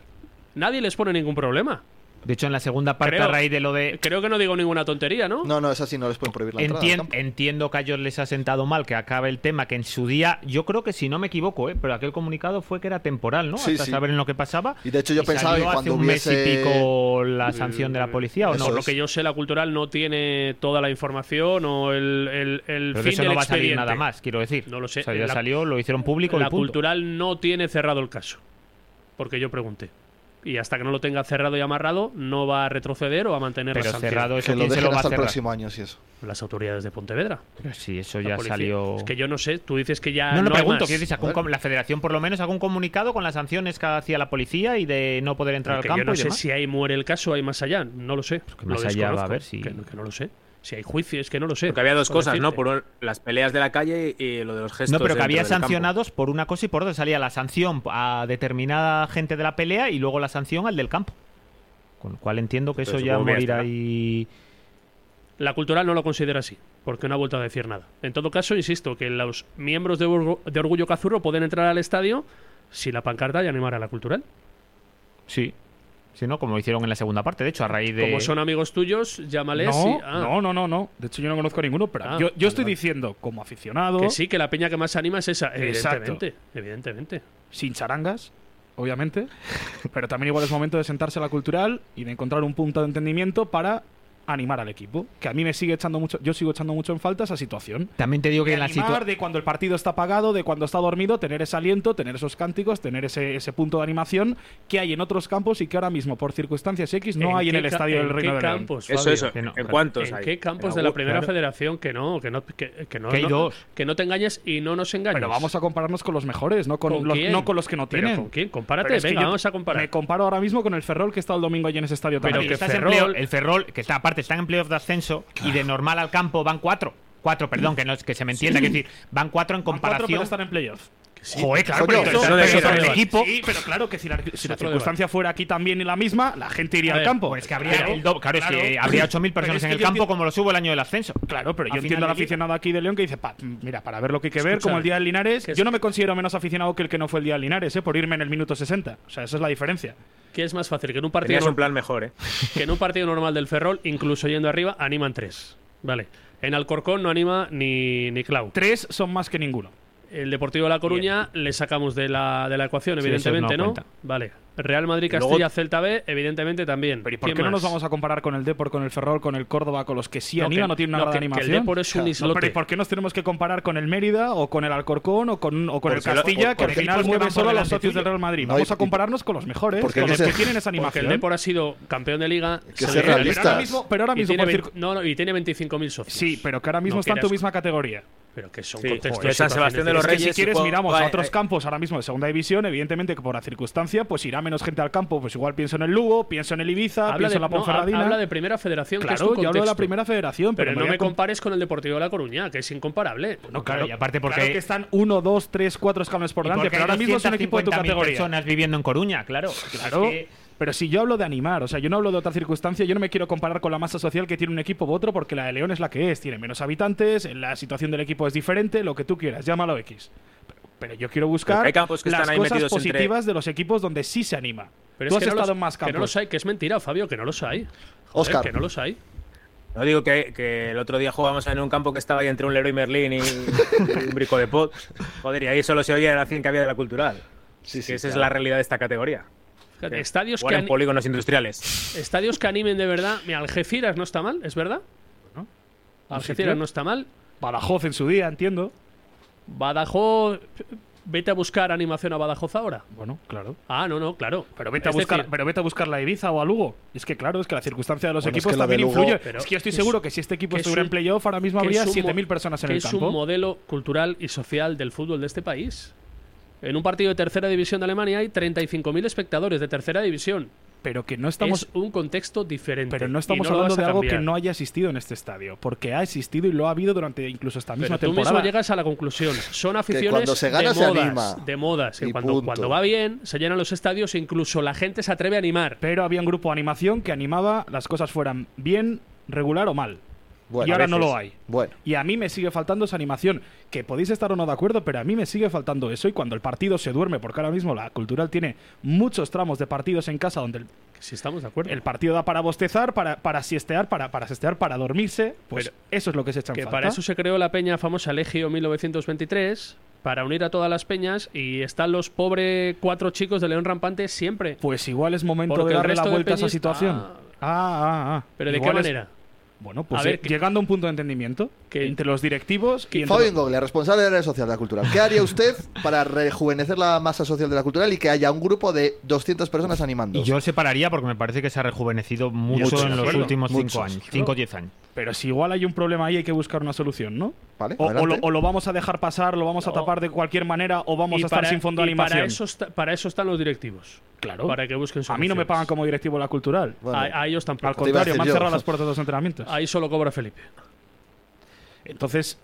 C: Nadie les pone ningún problema.
B: De hecho, en la segunda parte,
C: Creo-
B: a raíz de lo de.
C: Creo que no digo ninguna tontería, ¿no?
A: No, no, es así, no les pueden prohibir la entrada.
B: Entien- eh,
A: al campo.
B: entiendo que a ellos les ha sentado mal que acabe el tema, que en su día, yo creo que si no me equivoco, ¿eh? pero aquel comunicado fue que era temporal, ¿no?
A: Sí,
B: Hasta
A: sí.
B: saber en lo que pasaba.
A: Y de hecho yo
B: Y
A: pensaba
B: salió
A: que
B: hace
A: cuando
B: un mes y
A: hubiese-
B: pico la sanción de la policía, ¿o
A: Eso
B: no?
C: Por lo
A: es.
C: que yo sé, la cultural no tiene toda la información o el, el, el
B: Pero
C: fin
B: de eso
C: del
B: no va a salir
C: expediente.
B: nada más, quiero decir.
C: No lo sé.
B: O sea, ya
C: La-
B: salió, lo hicieron público
C: la
B: y punto.
C: cultural no tiene cerrado el caso. Porque yo pregunté. Y hasta que no lo tenga cerrado y amarrado, no va a retroceder o va a mantener la
B: Pero
C: sanción.
B: cerrado eso,
A: que lo
B: ¿quién se
A: dejen
B: lo va a
A: hasta el
B: cerrar?
A: próximo año, si eso.
C: Las autoridades de Pontevedra.
B: Pero sí, eso
C: la
B: ya
C: policía.
B: salió...
C: Es que yo no sé, tú dices que ya.
B: no, no,
C: hay
B: pregunto,
C: más.
B: quiero decir, sacó un com- la federación por lo menos sacó un comunicado con las sanciones que hacía la policía y de no poder entrar
C: Porque
B: al
C: yo
B: campo
C: no
B: y
C: sé
B: demás. Pues
C: si ahí muere el caso, hay más allá, no lo sé.
B: que
C: Lo
B: más allá va
C: desconozco,
B: a haber, sí.
C: Que no, que no lo sé. Si hay juicio, es que no lo sé.
E: Porque había dos
C: por
E: cosas, ¿no?
C: decirte.
E: Por un- las peleas de la calle y lo de los gestos.
B: No, pero que
E: dentro
B: había
E: del campo.
B: sancionados por una cosa y por otra. Salía la sanción a determinada gente de la pelea y luego la sanción al del campo. Con lo cual entiendo que
E: Pero
B: eso ya
E: supongo que ya
B: morirá
E: estará.
B: ahí.
C: La cultural no lo considera así, porque no ha vuelto a decir nada. En todo caso, insisto, que los miembros de, Orgu- de Orgullo Cazurro pueden entrar al estadio si la pancarta y animar a la cultural.
B: Sí.
D: sino como hicieron en la segunda parte. De hecho, a raíz de.
C: Como son amigos tuyos, llámales
A: No,
C: y. ah,
A: no, no, no, no. De hecho, yo no conozco a ninguno, pero
C: Ah,
A: yo,
C: vale,
A: yo estoy
C: vale.
A: diciendo, como aficionado,
C: Que sí, que la peña que más se anima es esa,
A: Exacto.
C: evidentemente. Evidentemente.
A: sin charangas, obviamente, pero también igual es momento de sentarse a la cultural y de encontrar un punto de entendimiento para animar al equipo. Que a mí me sigue echando mucho, yo sigo echando mucho en falta esa situación.
D: También te digo que
A: De
D: en la
A: animar,
D: situación.
A: de cuando el partido está apagado, de cuando está dormido, tener ese aliento, tener esos cánticos, tener ese, ese punto de animación que hay en otros campos y que ahora mismo, por circunstancias X, no hay en
C: qué
A: el
C: ca-
A: estadio del Reino
C: qué
A: de León.
C: campos,
B: Eso,
C: Fabio?
B: eso.
D: que no,
B: ¿En
D: claro.
B: cuántos
C: ¿En
B: hay?
C: qué campos
B: En
C: de la
B: algún-
C: Primera
D: claro.
C: Federación que no, que no, que, que no,
D: Que hay
C: no-
D: dos.
C: que no te engañes y no nos engañes?
A: Pero vamos a compararnos con los mejores, no con,
C: ¿Con
A: los,
C: quién?
A: no con los que no
C: ¿Pero
A: tienen.
C: con quién? Compárate,
A: Pero es que
C: venga,
A: yo
C: vamos a comparar.
A: Me comparo ahora mismo con el Ferrol que está el domingo allí en ese estadio
C: Pero
A: también.
C: que
D: estás en
C: Ferrol-
D: play- el Ferrol, que está aparte, están en playoff de ascenso y de normal al campo van cuatro. Cuatro, perdón, que, no, es- que se me entienda. Que decir, van cuatro en
A: Van cuatro, pero
D: comparación.
A: están en playoff.
D: Joder, claro,
J: Coño,
D: pero
J: eso
D: están-
B: no
D: pero
B: es otro
D: están en el
B: debate.
D: equipo.
A: Sí, pero claro, que si la, si la
C: otro
A: circunstancia fuera aquí también y la misma, la gente iría
C: A
A: al
C: ver,
A: campo.
D: Pues que habría
A: Claro,
D: el doble. Claro, es que
A: claro.
D: habría 8.000
A: Pero
D: personas
A: es
D: en
A: que
D: el
A: yo
D: campo,
A: entiendo-
D: como lo subo el año del ascenso.
A: Claro, pero
D: Al
A: yo
D: final
A: entiendo al
D: del día-
A: aficionado aquí de León que dice, "Pa, mira, para ver lo que hay que ver,
C: Escúchame.
A: como el día del Linares,
C: Que es-
A: yo no me considero menos aficionado que el que no fue el día del Linares, ¿eh? por irme en el minuto 60. O sea, esa es la diferencia.
C: ¿Qué es más fácil? Que en, un partido
B: Tenías
C: nor-
B: un plan mejor, ¿eh?
C: que en un partido normal del Ferrol, incluso yendo arriba, animan tres. Vale. En Alcorcón no anima ni, ni Clau.
A: Tres son más que ninguno.
C: El Deportivo de La Coruña le sacamos de la, de la ecuación,
D: Sí, eso
C: evidentemente,
D: no
C: ¿no?
D: cuenta.
C: Vale. Real Madrid,
B: luego-
C: Castilla, Celta B, evidentemente también.
A: Pero ¿y por
C: ¿Quién
A: qué no nos
C: más?
A: vamos a comparar con el Depor, con el Ferrol, con el Córdoba, con los que sí
C: No,
A: animan
C: que-
A: no tienen una
C: no,
A: gran
C: que- que el
A: animación?
C: Depor es un
A: No,
C: islote.
A: pero ¿y por qué nos tenemos que comparar con el Mérida o con el Alcorcón o con, o con el
B: Porque lo-
A: Castilla, que
B: porque
A: al final
D: equipos que
A: mueve
D: van por
A: solo a los
D: delante
A: socios
D: tuyo.
A: del Real Madrid?
J: No,
A: Vamos
J: y-
A: a compararnos con los mejores,
J: porque
A: con
J: hay
A: los
J: que
A: que
J: ser-
A: tienen esa
C: Porque
A: animación.
C: el Depor ha sido campeón de liga.
J: que
C: seis
J: ser
C: veces.
A: pero ahora
J: realistas.
A: mismo, pero ahora
C: Y
A: mismo
C: tiene
A: por
C: vein-
A: circu-
C: no, no, y tiene 25.000 socios.
A: Sí, pero que ahora mismo
C: No
A: está en tu
C: quieras-
A: misma categoría.
C: Pero que son
B: Sí,
C: contextos.
B: joder, San
C: y
B: Sebastián de los
C: situaciones
A: Es que
B: Reyes.
A: si quieres
C: pues,
B: supongo-
A: miramos a
B: Vale,
A: otros
B: eh.
A: campos ahora mismo de segunda división, evidentemente que por la circunstancia pues irá menos gente al campo, pues igual pienso en el Lugo, pienso en el Ibiza,
C: Habla
A: pienso
C: de,
A: en la
C: no, ha-
A: Ponferradina.
C: habla de primera federación. que es tu
A: claro, yo hablo de la
C: contexto.
A: primera federación, pero,
C: Pero, no
A: voy a
C: me compares con el Deportivo de La Coruña, que es incomparable.
D: No, claro, y aparte porque.
A: Claro que están uno, dos, tres, cuatro escalones por
D: y
A: delante,
D: porque
A: pero
D: hay
A: ahora mismo es un equipo de tu
D: 250.000
A: categoría.
D: personas viviendo en Coruña, claro.
A: Claro.
D: Es que-
A: Pero si yo hablo de animar, o sea, yo no hablo de otra circunstancia, yo no me quiero comparar con la masa social que tiene un equipo u otro, porque la de León es la que es, tiene menos habitantes, la situación del equipo es diferente, lo que tú quieras, llámalo X. Pero, pero yo quiero buscar
B: Pero hay campos que
A: las
B: están ahí
A: cosas
B: metidos entre-
A: positivas de los equipos donde sí se anima.
C: Pero
A: tú
C: es
A: has
C: que no
A: estado
C: los-
A: en más
C: que no
A: campos.
C: los hay, que es mentira, Fabio, que no los hay. Joder,
J: Óscar.
C: Que no los hay.
B: No digo que, que el otro día jugábamos en un campo que estaba ahí entre un Leroy Merlin y, y un brico de pot. Joder, y ahí solo se oía la cien que había de la cultural. Que esa es la realidad de esta categoría.
C: Fíjate,
B: Que
C: Estadios
B: jugar
C: que,
B: en
C: ani-
B: polígonos industriales.
C: estadios que animen de verdad. Mira, Algeciras no está mal, ¿es verdad? Algeciras
A: sitio.
C: no está mal.
A: Badajoz en su día, entiendo.
C: Badajoz. Vete a buscar animación a Badajoz ahora.
A: Bueno, claro.
C: Ah, no, no, claro.
A: Pero vete, a
C: Es
A: buscar,
C: decir,
A: pero vete a buscar la Ibiza o a Lugo. Es que claro, es que la circunstancia de los
J: Bueno, es
A: equipos
J: que la de
A: también
J: Lugo-
A: influye.
C: Pero
A: es que yo estoy
C: que
A: seguro
C: es-
A: que si este equipo
C: que es
A: estuviera
C: un-
A: en playoff, ahora mismo
C: que
A: habría
C: es un mo-
A: 7.000 personas en
C: que
A: el
C: Es un
A: campo.
C: modelo cultural y social del fútbol de este país. En un partido de tercera división de Alemania hay 35.000 espectadores de tercera división.
A: Pero que no estamos...
C: es un contexto diferente.
A: Pero
C: y
A: no estamos
C: lo
A: hablando
C: vas a
A: de algo que
C: cambiar.
A: no haya existido en este estadio, porque ha existido y lo ha habido durante incluso esta
C: Pero
A: misma
C: tú
A: temporada.
C: mismo llegas a la conclusión. Son aficiones
J: cuando se gana,
C: de
J: se
C: modas.
J: anima.
C: De modas. Que
J: Y
C: cuando,
J: punto.
C: cuando va bien, se llenan los estadios e incluso la gente se atreve a animar.
A: Pero había un grupo de animación que animaba las cosas fueran bien, regular o mal.
J: Bueno,
A: y ahora
J: a
A: no
J: veces.
A: lo hay.
J: Bueno,
A: Y a mí me sigue faltando esa animación, que podéis estar o no de acuerdo, pero a mí me sigue faltando eso. Y cuando el partido se duerme, porque ahora mismo la cultural tiene muchos tramos de partidos en casa donde el,
C: Si estamos de acuerdo.
A: el partido da para bostezar, para, para siestear, para, para siestear, para dormirse, pues eso es lo que se echa en
C: que
A: falta.
C: para eso se creó la peña famosa Legio 1923, para unir a todas las peñas y están los pobres cuatro chicos de León Rampante siempre.
A: Pues igual es momento
C: Porque
A: de
C: el
A: darle la
C: resto de
A: vuelta a esa
C: peñis-
A: situación.
C: Ah.
A: Ah, ah, ah.
C: Pero ¿de qué
A: Igual es-
C: manera?
A: Bueno, pues
C: A ver,
A: eh,
C: que-
A: llegando a un punto de entendimiento
C: que-
A: entre los directivos y entre
J: Fabio
A: los-
J: Ingoble, responsable de la red social de la cultural. ¿Qué haría usted para rejuvenecer la masa social de la cultural y que haya un grupo de 200 personas animando?
D: Y yo separaría porque me parece que se ha rejuvenecido mucho
A: estoy de
D: en los
A: acuerdo.
D: últimos
J: Mucho.
D: 5 años, 5 o 10 años.
A: Pero si igual hay un problema ahí, hay que buscar una solución, ¿no?
J: Vale,
A: o, o
J: adelante.
A: lo, o lo vamos a dejar pasar, lo vamos a
C: No.
A: tapar de cualquier manera o vamos
C: Y
A: a estar
C: para-
A: sin fondo de
C: y
A: animación.
C: Para eso, está- para eso están los directivos.
A: Claro.
C: Para que busquen
A: a mí no me
C: soluciones.
A: pagan como directivo de la cultural.
J: Bueno,
C: a, a ellos tampoco.
A: Al
J: iba a
A: contrario,
J: decir
A: me han
J: yo.
A: cerrado las puertas de los entrenamientos.
C: Ahí solo cobra Felipe.
A: Entonces,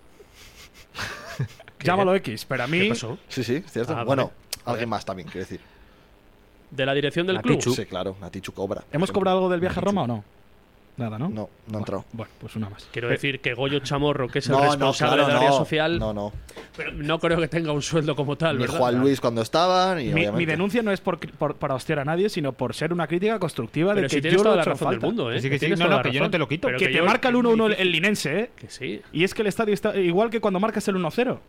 A: llámalo X, pero a mí...
C: ¿Qué pasó?
J: Sí, sí, cierto.
C: Ah,
J: bueno,
C: vale.
J: alguien más también, quiero decir.
C: De la dirección del
D: La
C: club.
D: Pichu.
J: Sí, claro, Natichu cobra. por
A: ¿Hemos
J: ejemplo.
A: cobrado algo del viaje a Roma o no? Nada, ¿no?
J: No, no ha entrado.
A: Bueno, pues una más.
C: Quiero decir que Goyo Chamorro, que es el
J: No, no,
C: responsable
J: claro,
C: de la área
J: no.
C: social,
J: No, no.
C: Pero no creo que tenga un sueldo como tal,
H: Ni
C: ¿verdad?
H: Juan Luis cuando estaban. Y
A: Mi, mi
H: obviamente-
A: denuncia no es por, cri- por- para hostiar a nadie, sino por ser una crítica constructiva
C: Pero
A: de
C: si
A: que
C: tienes
A: yo lo
C: toda
A: he
C: la
A: hecho en
C: razón del
A: falta.
C: mundo, ¿eh?
D: Que sí, que
C: Que
D: sí,
C: tienes
A: no,
C: toda
A: no,
C: la
A: que yo no
C: razón.
A: te lo quito.
C: Pero
A: que,
C: que
A: te
C: yo-
A: marca el
C: que
A: 1-1 el,
C: difícil.
A: el linense, ¿eh?
C: Que sí,
A: Y es que el estadio está igual que cuando marcas el 1-0.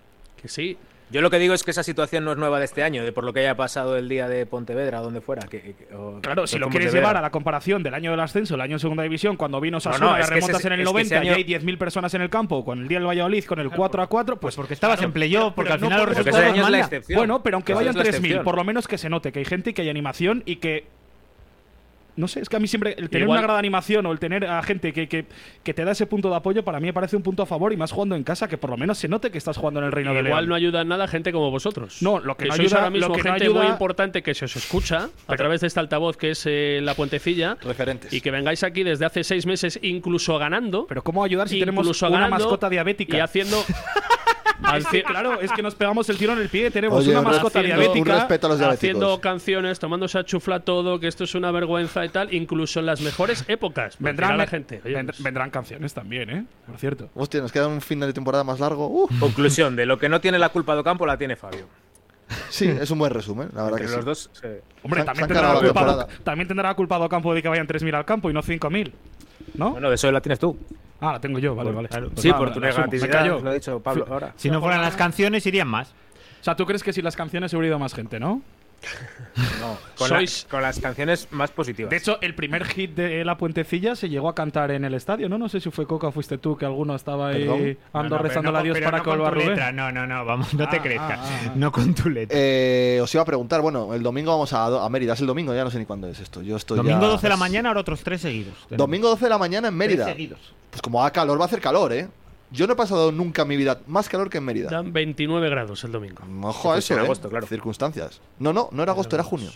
C: que sí.
B: Yo lo que digo es que esa situación no es nueva de este año, de por lo que haya pasado el día de Pontevedra o donde fuera. que- que- o-
A: Claro, si
B: o
A: lo
B: con
A: quieres
B: Pontevedra.
A: llevar a la comparación del año del ascenso, el año en segunda división, cuando vino Sasuna,
B: no,
A: las
B: es que
A: remontas
B: ese-
A: en el
B: es que
A: 90
B: ese año-
A: y hay 10.000 personas en el campo, con el día del Valladolid, con el 4 a 4, pues
D: porque estabas en playoff, porque al final los
A: podemos
B: resultados
A: dar
B: es la
A: mala.
B: excepción.
A: Bueno, pero aunque
B: Ese
A: vayan
B: es la
A: 3.000,
B: excepción.
A: por lo menos que se note que hay gente y que hay animación y que. No sé, es que a mí siempre el tener
C: Igual-
A: una gran animación o el tener a gente que, que, que te da ese punto de apoyo, para mí me parece un punto a favor y más jugando en casa, que por lo menos se note que estás jugando en el Reino de
C: Igual
A: León.
C: no ayuda en nada gente como vosotros.
A: No, lo que no
C: sois
A: ayuda-
C: ahora mismo
A: lo que no
C: gente
A: ayuda-
C: muy importante que se os escucha a través de este altavoz que es eh, la puentecilla
H: Referentes.
C: y que vengáis aquí desde hace seis meses incluso ganando.
A: Pero ¿cómo ayudar si tenemos
C: incluso
A: una
C: ganando
A: mascota diabética?
C: Y haciendo.
A: Es que, claro, es que nos pegamos el tiro en el pie, tenemos
H: Oye,
A: una
H: un
A: mascota
C: respeto-
A: diabética.
H: un respeto a los diabéticos.
C: haciendo canciones, tomándose a chufla todo, que esto es una vergüenza y tal, incluso en las mejores épocas. porque
A: Vendrán,
C: era la gente. oye,
A: vend-
C: pues,
A: vendrán canciones también, ¿eh? Por cierto. Oh.
H: Hostia, nos queda un final de temporada más largo. Uh,
B: Conclusión, de lo que no tiene la culpa do campo la tiene Fabio.
H: sí, es un buen resumen, la verdad
B: Entre
H: que
B: los
H: sí.
B: dos eh, se-
A: Hombre,
H: Se han-
A: también,
H: se han cargado
A: tendrá
H: la
A: culpado,
H: temporada.
A: también tendrá culpado Campo de que vayan 3.000 al campo y no 5.000. ¿No?
B: Bueno, de eso la tienes tú.
A: Ah, la tengo yo, vale, vale. Pues
B: sí,
A: nada,
B: por
A: la-
B: tu
A: la asumo. Me
B: negatividad,
A: callo.
B: lo ha dicho Pablo ahora.
D: Si no fueran las canciones, irían más.
A: O sea, ¿tú crees que si las canciones hubiera ido más gente, no?
B: No, con,
C: Sois-
B: la- con las canciones más positivas.
A: De hecho, el primer hit de La Puentecilla se llegó a cantar en el estadio, ¿no? No sé si fue Coca o fuiste tú, que alguno estaba ahí
H: Perdón.
A: ando rezando a Dios para que
D: con
A: vuelva
D: tu
A: Rubén.
D: letra. No, no, no, vamos, no te
A: Ah,
D: crezcas.
A: ah, ah.
D: No con tu letra.
H: Eh, os iba a preguntar, bueno, el domingo vamos a, a Mérida. Es el domingo, ya no sé ni cuándo es esto. Yo estoy
D: Domingo
H: ya-
D: 12 de la mañana, ahora otros tres seguidos. Tenemos.
H: Domingo 12 de la mañana en
D: Tres
H: Mérida.
D: seguidos.
H: Pues como haga calor, va a hacer calor, ¿eh? Yo no he pasado nunca en mi vida más calor que en Mérida.
C: Dan 29 grados el domingo.
H: Ojo a
B: Pues
H: eso,
B: en
H: ¿eh?
B: agosto, claro.
H: Circunstancias. No, no, no era agosto, era junio.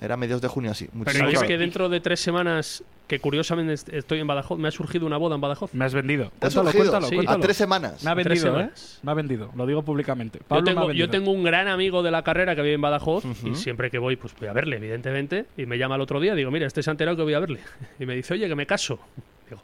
H: Era mediados de junio, así. Muchísimo
C: ¿Sabéis
H: calor.
C: que dentro de tres semanas, que curiosamente est- estoy en Badajoz, me ha surgido una boda en Badajoz?
A: Me has vendido.
H: ¿Te has
A: Cuéntalo,
H: surgido?
A: cuéntalo,
C: Sí.
H: A
A: cuéntalo.
H: tres semanas.
A: Me ha
C: Tres
A: vendido, ¿eh?
C: semanas.
A: Me ha vendido, lo digo públicamente.
C: Yo
A: Pablo me ha
C: tengo, yo
A: vendido.
C: tengo un gran amigo de la carrera que vive en Badajoz y siempre que voy, pues voy a verle, evidentemente, y me llama el otro día, digo, mira, este se ha enterado que voy a verle. Y me dice, oye, que me caso. Digo,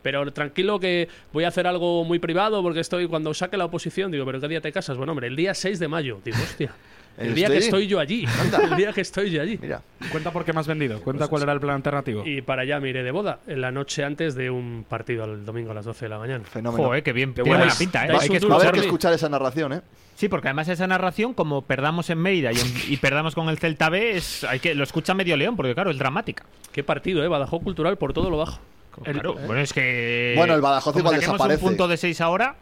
C: pero tranquilo que voy a hacer algo muy privado porque estoy, cuando saque la oposición, digo, pero ¿qué día te casas? Bueno, hombre, el día 6 de mayo. Digo, hostia, el
H: ¿El
C: día que
H: estoy?
C: estoy yo allí. El día que estoy yo allí.
H: Mira,
A: Cuenta por qué me has vendido. Cuenta cuál era el plan alternativo.
C: Pues Y para allá me iré de boda, en la noche antes de un partido el domingo a las 12 de la mañana.
H: fenómeno.
D: Joder, qué bien.
B: Qué
D: Tiene
B: buena
D: buena pinta, ¿eh?
C: Va-
D: Hay que
H: Va a haber que
C: Charlie.
H: escuchar esa narración, ¿eh?
D: Sí, porque además esa narración, como perdamos en Mérida y, en- y perdamos con el Celta B, es, hay que, lo escucha medio León, porque claro, es dramática.
C: Qué partido, ¿eh? Badajoz Cultural por todo lo bajo.
D: Claro, bueno, es que.
H: Bueno, el Badajoz
D: como
H: igual
D: saquemos
H: desaparece.
D: un punto de 6 ahora.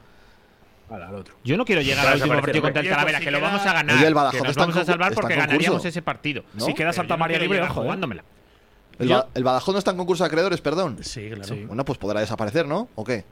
B: Ala, al otro.
D: Yo no quiero llegar
B: Claro,
D: al último
B: desaparece,
D: partido contra el
A: hombre.
D: Talavera, que lo vamos a ganar.
H: Oye, el Badajoz
D: que nos
H: está en
D: vamos a
H: concurso,
D: salvar
H: está
D: porque
H: en concurso.
D: ganaríamos ese partido.
H: ¿No?
A: Si queda
D: Pero
A: Santa
D: yo no
A: María
D: quiero
A: libre,
D: llegar
A: ojo, ¿eh?
D: jugándomela.
H: El,
C: Yo-
H: Ba- el Badajoz no está en concurso de acreedores, perdón.
C: Sí, claro.
H: Bueno, pues podrá desaparecer, ¿no? ¿O qué?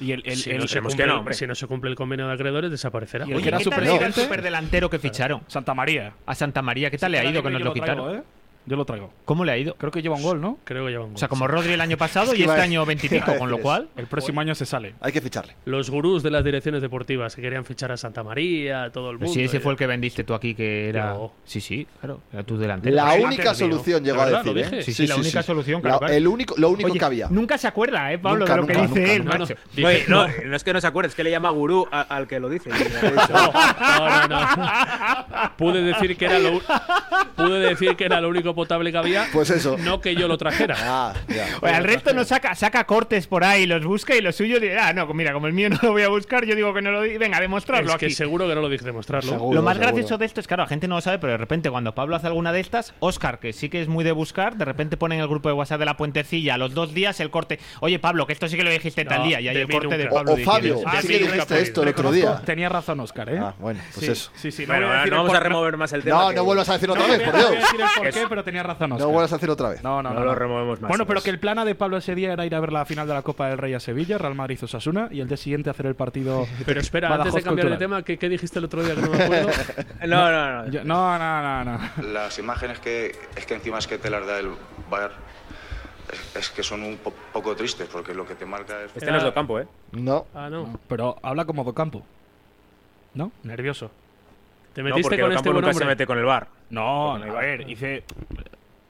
A: Y el, el-
C: si,
A: el-
C: no se
B: hemos
C: cumple,
B: que no, hombre.
C: si no se cumple el convenio de acreedores, desaparecerá.
A: Y el
D: Oye,
A: que era
D: ¿qué tal
A: superdelante?
D: era el superdelantero que ficharon?
A: Santa María.
D: A Santa María, ¿qué tal le ha ido que nos
A: Yo
D: lo
A: traigo,
D: quitaron?
A: ¿eh? Yo lo traigo.
D: ¿Cómo le ha ido?
A: Creo que lleva un gol, ¿no?
C: Creo que llevan
D: O sea,
C: gol.
D: como Rodri el año pasado y
H: iba a
D: este
H: decir-
D: año 25, con lo
H: eso.
D: cual.
A: El próximo año se sale.
H: Hay que ficharle.
C: Los gurús de las direcciones deportivas que querían fichar a Santa María, a todo el mundo.
D: Sí, Pues ese
C: eh.
D: fue el que vendiste tú aquí, que era.
C: No.
D: Sí, sí, claro, era tu delantero.
H: La
C: Pero
H: única
C: sí,
H: solución
C: tío.
H: llegó a
C: La verdad, lo
H: decir, ¿eh?
C: dije.
D: Sí, sí, la única solución, claro,
H: La-
D: claro.
H: El único, lo único
D: Oye,
H: que había.
D: Nunca se acuerda, ¿eh, Pablo,
H: Nunca,
D: de lo que
H: nunca,
D: dice
H: nunca,
D: él,
C: nunca.
D: macho?
C: No,
B: No,
C: Dije-
B: no, no es que no se acuerde, es que le llama gurú a- al que lo dice.
C: No, no, no. Pude decir que era lo u- pude decir que era lo único potable que había.
H: Pues eso.
C: No que yo lo trajera.
H: Ah, ya.
D: Oye, al resto no saca, saca cortes por ahí, los busca y los suyos. dice, Ah, no, mira, como el mío no lo voy a buscar, yo digo que no lo di. Venga, demostrarlo
C: Es que
D: aquí.
C: seguro que no lo dije demostrarlo.
H: Seguro.
D: Lo más gracioso de esto es, claro, la gente no lo sabe, pero de repente cuando Pablo hace alguna de estas, Oscar, que sí que es muy de buscar, de repente pone en el grupo de WhatsApp de la puentecilla a los dos días el corte. Oye, Pablo, que esto sí que lo dijiste
C: No,
D: tal día. Y hay
C: de
D: el
C: mí
D: corte
C: nunca.
D: de
H: O,
D: Pablo.
H: o
D: diciendo,
H: Fabio,
C: Ah,
H: sí
C: sí,
H: que
C: nunca
H: dijiste
C: puede.
H: esto el otro
A: Reconozco,
H: día.
A: Tenía razón, Oscar, ¿eh?
H: Ah, bueno, pues
A: Sí,
H: eso.
A: Sí, sí, no
B: Bueno,
A: voy a decir
B: no
A: el
B: vamos a
A: por-
B: remover más el tema.
H: No,
B: que-
H: no vuelvas a decirlo otra
A: no
H: vez, por
A: voy a
H: Dios.
A: decir el porqué, pero tenía razón Oscar.
H: No vuelvas a decirlo otra vez.
A: No, no, no,
B: No lo
A: no.
B: removemos más.
A: Bueno, pero
B: Más.
A: que el plana de Pablo ese día era ir a ver la final de la Copa del Rey a Sevilla, Real Madrid Osasuna, y el día siguiente hacer el partido.
C: Pero espera, antes de
A: Badajoz
C: cambiar de
A: Cultural.
C: tema, ¿qué, qué dijiste el otro día que no me acuerdo?
B: No, no, no.
A: Yo- no, no, no, no.
K: Las imágenes que es que encima es que te las da el bar es, que son un poco tristes porque lo que te marca es
B: Este no es lo campo, ¿eh?
H: No.
C: Ah, no.
A: No, Pero habla como Docampo. ¿No? Nervioso.
C: Te
B: No,
C: metiste
B: porque
C: con
B: el
C: este
B: campo
C: buen
B: nunca se
C: hombre.
B: mete con el bar.
A: No,
B: Porque no
A: a
B: iba.
A: ver, hice.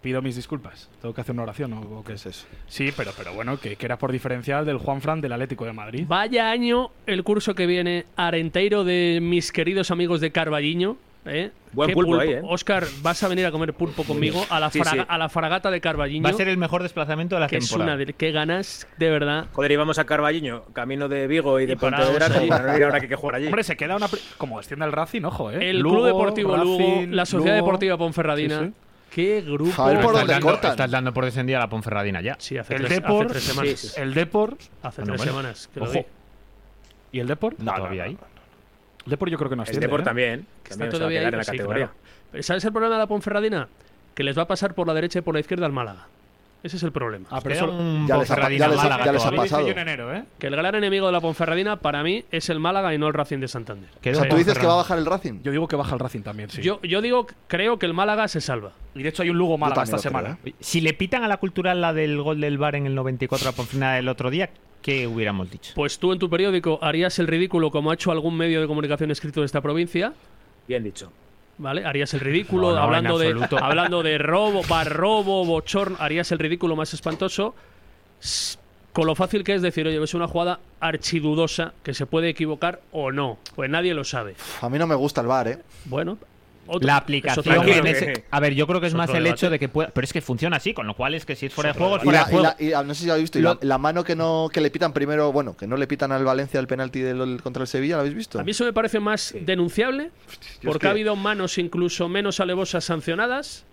L: pido mis disculpas. Tengo que hacer una oración o, o qué es eso. Sí, pero, pero bueno, que, que era por diferencial del Juan Fran del Atlético de Madrid.
C: Vaya año el curso que viene Arenteiro de mis queridos amigos de Carballiño. ¿eh?
B: Buen
C: Qué
B: pulpo ahí, ¿eh?
C: Oscar, vas a venir a comer pulpo conmigo a la,
B: Sí,
C: fraga-
B: sí.
C: A la fragata de Carballiño.
D: Va a ser el mejor desplazamiento de la
C: que es
D: temporada.
C: una de qué ganas, de verdad.
B: Joder, íbamos a Carballiño, camino de Vigo y de
C: Y parados
B: Pontevedra, como
C: ahí.
B: para no ir ahora que hay que jugar allí.
L: Hombre, se queda una. pri- Como extiende el Racing, ojo, ¿eh?
C: El
L: Lugo,
C: Club Deportivo Lugo,
L: Racing,
C: la Sociedad
L: Lugo.
C: Deportiva Ponferradina.
L: Sí, sí.
C: Qué grupo.
A: Joder, por
D: Estás
A: dónde
D: dando-
A: cortan.
D: Estás dando por descendida a la Ponferradina ya.
C: Sí, hace,
L: El
C: tres, hace
L: Depor.
C: tres
L: sí,
C: semanas.
L: sí, sí. El Depor.
A: Ah,
C: Hace
D: Bueno,
C: tres
D: bueno.
C: semanas que lo
L: Ojo.
C: vi.
L: ¿Y el Depor?
D: No, todavía ahí.
L: El Depor yo creo que no
B: el
L: extiende.
B: Depor
L: ¿eh?
B: Este también.
C: Que
B: también
C: está
B: se va a
C: todavía
B: quedar
C: ahí,
B: en la
C: sí,
B: categoría.
C: claro. ¿Sabes el problema de la Ponferradina? Que les va a pasar por la derecha y por la izquierda al Málaga. Ese es el problema.
L: Ah, pero
D: Queda
L: eso-
D: un
A: Ya les ha-
D: Ponferradina
A: ya les ha-
D: Málaga
A: ya les ha
D: todavía.
A: pasado.
L: Yo en enero, ¿eh?
C: Que el gran enemigo de la Ponferradina para mí es el Málaga y no el Racing de Santander.
A: O
D: Queda
A: sea, tú dices que va
D: Ponferradina.
A: a bajar el Racing.
L: Yo digo que baja el Racing también, sí.
C: Yo, yo digo, creo que el Málaga se salva.
L: y de hecho hay un Lugo Málaga
A: también
L: esta
A: lo creo,
L: semana.
D: ¿eh? Si le pitan a la cultural la del gol del bar en el 94 a Ponferradina del otro día, ¿qué hubiéramos dicho?
C: Pues tú en tu periódico harías el ridículo como ha hecho algún medio de comunicación escrito de esta provincia.
B: Bien dicho.
C: ¿Vale? Harías el ridículo
D: No, no, en
C: hablando, de,
D: absoluto.
C: hablando de robo, barrobo, bochorno. Harías el ridículo más espantoso s- con lo fácil que es decir, oye, es una jugada archidudosa que se puede equivocar o no. Pues nadie lo sabe.
A: A mí no me gusta el bar, ¿eh?
C: Bueno, otro- es
D: La
C: otro
D: aplicación
B: eh,
C: debate.
D: en ese- A ver, yo creo que es
C: Es
D: más
C: otro
D: el
C: debate.
D: hecho de que pueda. Pero es que funciona así, con lo cual es que si es fuera de
C: otro
D: juego, es
A: Y
D: fuera de
A: la, y
D: juego.
A: la- y la- no sé si lo habéis visto. y
D: Lo-
A: la, la mano que no que le pitan primero, bueno, que no le pitan al Valencia el penalti del- contra el Sevilla, ¿lo habéis visto?
C: A mí eso me parece más denunciable porque ha habido manos incluso menos alevosas sancionadas.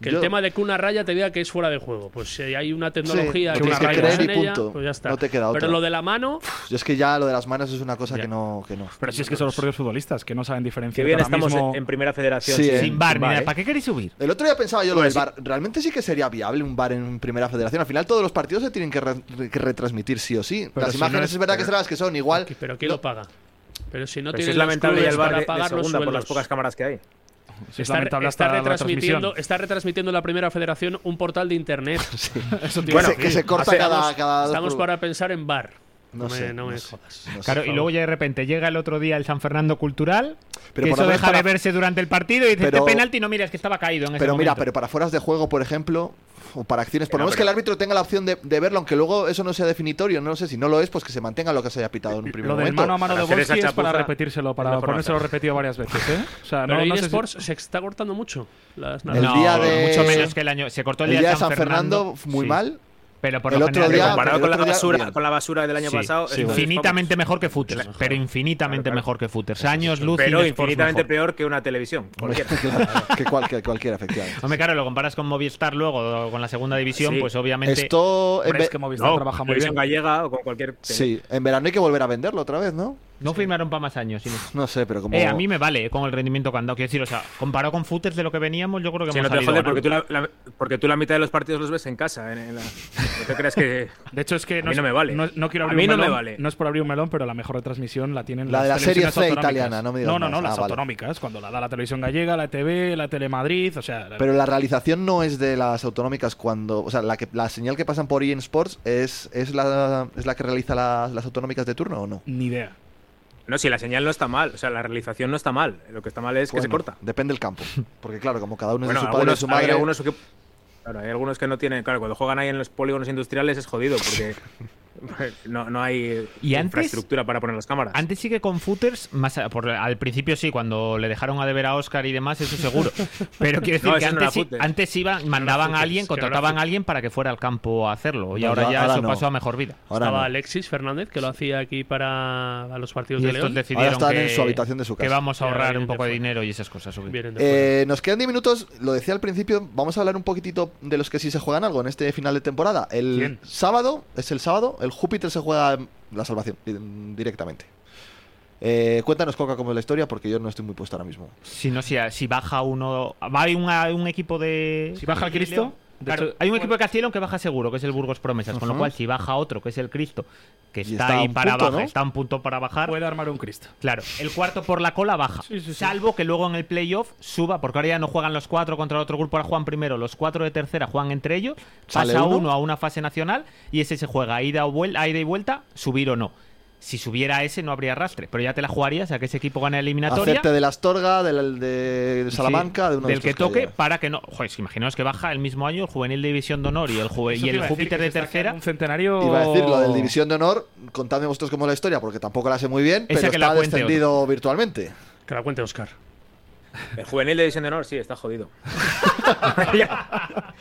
C: Que
A: Yo-
C: el tema de que una raya te diga que es fuera de juego. Pues si hay una tecnología
A: que
C: que,
A: tienes que
C: raya
A: creer
C: está en
A: y
C: ella,
A: punto.
C: pues ya está.
A: No te queda otra.
C: Pero lo de la mano,
A: Yo es que ya lo de las manos es una cosa que no, que no.
L: Pero si es que son los propios futbolistas, que no saben
B: Que
L: diferenciar.
B: bien
L: ahora
B: estamos
L: mismo-
B: en- en Primera Federación.
A: Sí, ¿eh?
D: Sin bar,
B: Sin bar,
D: mira,
B: ¿eh?
D: ¿para qué queréis subir?
A: El otro día pensaba yo lo del bar. Realmente sí que sería viable un bar en primera federación. Al final todos los partidos se tienen que, re- re- que retransmitir sí o sí.
L: Pero
A: las
L: si no
A: imágenes
L: eres-
A: es verdad que serán las que son igual.
C: que- pero ¿quién
A: No,
C: lo paga? Pero si no
B: Pero
C: tienen
B: si Pues es
C: los
B: lamentable ya
C: clubes
B: el bar
C: para
B: de, de
C: pagar los
B: segunda por las
C: sueldos.
B: pocas cámaras que hay.
L: Sí, es
C: Está,
L: lamentable
C: está
L: hasta la
C: retransmitiendo,
L: retransmisión.
C: está retransmitiendo la Primera Federación un portal de internet.
L: Eso
A: que,
L: tiene-
A: se, que se corta
B: Hace-
A: cada,
B: estamos-
A: cada dos
C: Estamos
A: por-
C: para pensar en bar.
A: No
C: No,
A: sé,
C: me, no
A: no
C: me
A: sé.
C: jodas.
A: No sé,
D: Claro,
A: por
D: y
A: favor.
D: luego ya de repente llega el otro día el San Fernando Cultural,
A: Pero
D: que
A: por
D: eso
A: lo menos
D: deja
A: para-
D: de verse durante el partido y dice,
A: Pero-
D: este penalti no, mira, es que estaba caído en ese
A: Pero mira, pero
D: momento".
A: para fueras de juego, por ejemplo, o para acciones, por lo
B: No,
A: menos que
B: pero-
A: el árbitro tenga la opción de, de verlo, aunque luego eso no sea definitorio, no lo sé, si no lo es, pues que se mantenga lo que se haya pitado en un primer
L: Lo del
A: momento.
L: mano a mano
B: Para
L: de
B: hacer esa
L: Boschi es para
B: chapuza,
L: repetírselo,
B: es
L: para
B: mejor no
L: ponérselo
B: hacerlo.
L: repetido varias veces, ¿eh? O sea,
C: Pero
L: no, no
C: EA
L: sé si-
C: Sports se está cortando mucho. Las
A: El
C: narraciones.
A: día
D: No,
A: de-
D: mucho menos que el año. Se cortó
A: El día de San
D: Fernando,
A: Fernando, muy
D: sí.
A: mal.
D: Pero por
A: El
D: lo
A: otro
D: general,
A: día-
D: igual.
B: Comparado
A: pero
B: con
A: el
B: la,
A: otro día,
B: basura,
A: bien.
B: con la basura del año
D: Sí,
B: pasado,
D: sí,
B: esto es
D: infinitamente mejor que Footers, pero infinitamente mejor que Footers. Años,
B: vamos.
D: luz
B: Pero
D: y Sports
B: infinitamente
D: mejor.
B: peor que una televisión. cualquiera.
A: Claro, que, cual- que cualquiera, efectivamente.
D: Hombre, claro, lo comparas con Movistar luego, o con la segunda división,
B: Sí.
D: pues obviamente.
A: Esto. En
L: Hombre, es
A: ve-
L: que Movistar
B: No,
L: trabaja muy bien.
B: televisión gallega o con cualquier. tele.
A: Sí, en verano hay que volver a venderlo otra vez, ¿no?
D: No firmaron para más años. sino-
A: No sé, pero como.
D: Eh, a mí me vale con el rendimiento que han dado. Quiero decir, o sea, comparado con Footers de lo que veníamos, yo creo que
B: Sí,
D: hemos
B: no te
D: salido
B: jodes porque tú,
D: ganando.
B: la, la- porque tú la mitad de los partidos los ves en casa. en- en la- no te creas que.
L: De hecho, es que
B: mí
L: es-
B: no me vale.
L: No, no quiero
B: A
L: abrir
B: mí no
L: un
B: me
L: melón,
B: vale.
L: No es por abrir un melón, pero la mejor retransmisión la tienen
A: La de la
L: las
A: Serie
L: televisiones
A: C
L: autonómicas.
A: italiana, no me digas
L: No, no,
A: más.
L: no,
A: Ah,
L: las
A: vale.
L: autonómicas. Cuando la da la televisión gallega, la TV, la Telemadrid, o sea. la-
A: Pero la realización no es de las autonómicas cuando. O sea, la, que, la señal que pasan por EN Sports es, es, la, es la que realiza las- las autonómicas de turno o no?
L: Ni idea.
B: No, si la señal no está mal, o sea, la realización no está mal. Lo que está mal es que se
A: Bueno,
B: corta.
A: Depende del campo. Porque claro, como cada uno es
B: Bueno,
A: de su padre y de
B: algunos,
A: su
B: hay
A: madre.
B: algunos que. Claro, hay algunos que no tienen. Claro, cuando juegan ahí en los polígonos industriales es jodido porque. No, no hay
D: ¿Y antes?
B: infraestructura para poner las cámaras.
D: Antes sí que con footers, más a- por- al principio sí, cuando le dejaron a deber a Oscar y demás, eso seguro. Pero quiero decir
B: No,
D: que
B: eso no
D: antes,
B: era
D: sí-
B: footers.
D: antes iban, mandaban a alguien,
C: footers, que no era
D: contrataban a
C: footers.
D: alguien para que fuera al campo a hacerlo. Y
A: No,
D: ahora
A: ya-
D: ya
A: ahora
D: eso
A: no.
D: pasó a mejor vida.
A: Ahora
C: Estaba
A: no.
C: Alexis Fernández, que lo hacía aquí para a los partidos
D: Y
C: de
D: estos
C: León.
D: decidieron
A: están
D: que,
A: en su habitación de su
D: que
A: casa.
D: vamos a
C: Ya,
D: ahorrar
C: vienen
D: un poco de
C: de fuera.
D: dinero y esas cosas. Ubi.
C: Vienen de fuera.
A: Eh, nos quedan 10 minutos, lo decía al principio, vamos a hablar un poquitito de los que sí se juegan algo en este final de temporada. El
L: ¿Quién?
A: sábado, es el sábado, el Júpiter se juega la salvación di- directamente. Eh, cuéntanos, Coca, cómo es la historia, porque yo no estoy muy puesto ahora mismo.
D: Si no, si, si baja uno. Va hay un, un equipo de.
L: Si baja el
D: de
L: Cristo,
D: León.
L: de
D: Claro,
L: hecho-
D: hay un equipo de Castellón que baja seguro, que es el Burgos Promesas. Con lo
A: Ujú.
D: cual, si baja otro, que es el Cristo, que
A: Y
D: está,
A: está a
D: ahí
A: un
D: para
A: punto,
D: bajar,
A: ¿no?
D: está a un punto para bajar.
L: Puede armar un Cristo.
D: Claro, el cuarto por la cola baja.
L: Sí, sí, sí.
D: Salvo que luego en el playoff suba, porque ahora ya no juegan los cuatro contra el otro grupo, ahora juegan primero, los cuatro de tercera juegan entre ellos,
A: Sale
D: pasa
A: uno.
D: uno a una fase nacional y ese se juega a ida, o vuel- a ida y vuelta, subir o no.
B: Si subiera ese no habría arrastre, pero ya te la jugarías a que ese equipo gane la eliminatoria.
A: Hacerte de la Astorga, del de, de Salamanca,
B: Sí,
A: de uno de
B: del que
A: estos
B: toque
A: haya.
B: para que no. Joder, si imaginaos que baja el mismo año el juvenil de división de honor y el, juve-
D: Eso
B: y
D: te iba
B: el
D: a decir,
B: Júpiter
D: que
B: de
D: se está
B: tercera.
D: Un centenario.
A: Iba a decir lo
B: Oh.
A: del División de Honor, contadme vosotros cómo es la historia, porque tampoco la sé muy bien, pero
B: que la
A: está
B: cuente
A: descendido virtualmente.
C: Que la cuente Oscar.
E: El juvenil de División de Honor, sí, está jodido.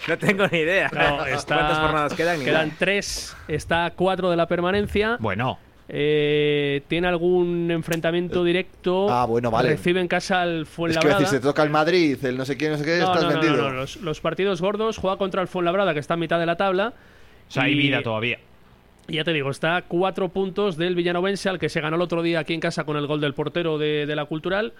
E: no tengo ni idea.
C: No, está-
E: ¿Cuántas jornadas quedan? Ni
C: Quedan
E: idea.
C: tres. Está a cuatro de la permanencia.
B: Bueno,
C: Eh, ¿Tiene algún enfrentamiento directo?
A: Ah, bueno, vale.
C: Recibe en casa al
A: es que iba a
C: Fuenlabrada.
A: decir, si te toca el Madrid, el no sé quién, no sé qué,
C: no,
A: estás
C: no, no,
A: vendido.
C: no, no. Los, los partidos gordos juega contra el Fuenlabrada, que está a mitad de la tabla.
B: o sea, hay
C: Y-
B: vida todavía.
C: y Ya te digo, está a cuatro puntos del Villanovense, al que se ganó el otro día aquí en casa con el gol del portero de, de la Cultural.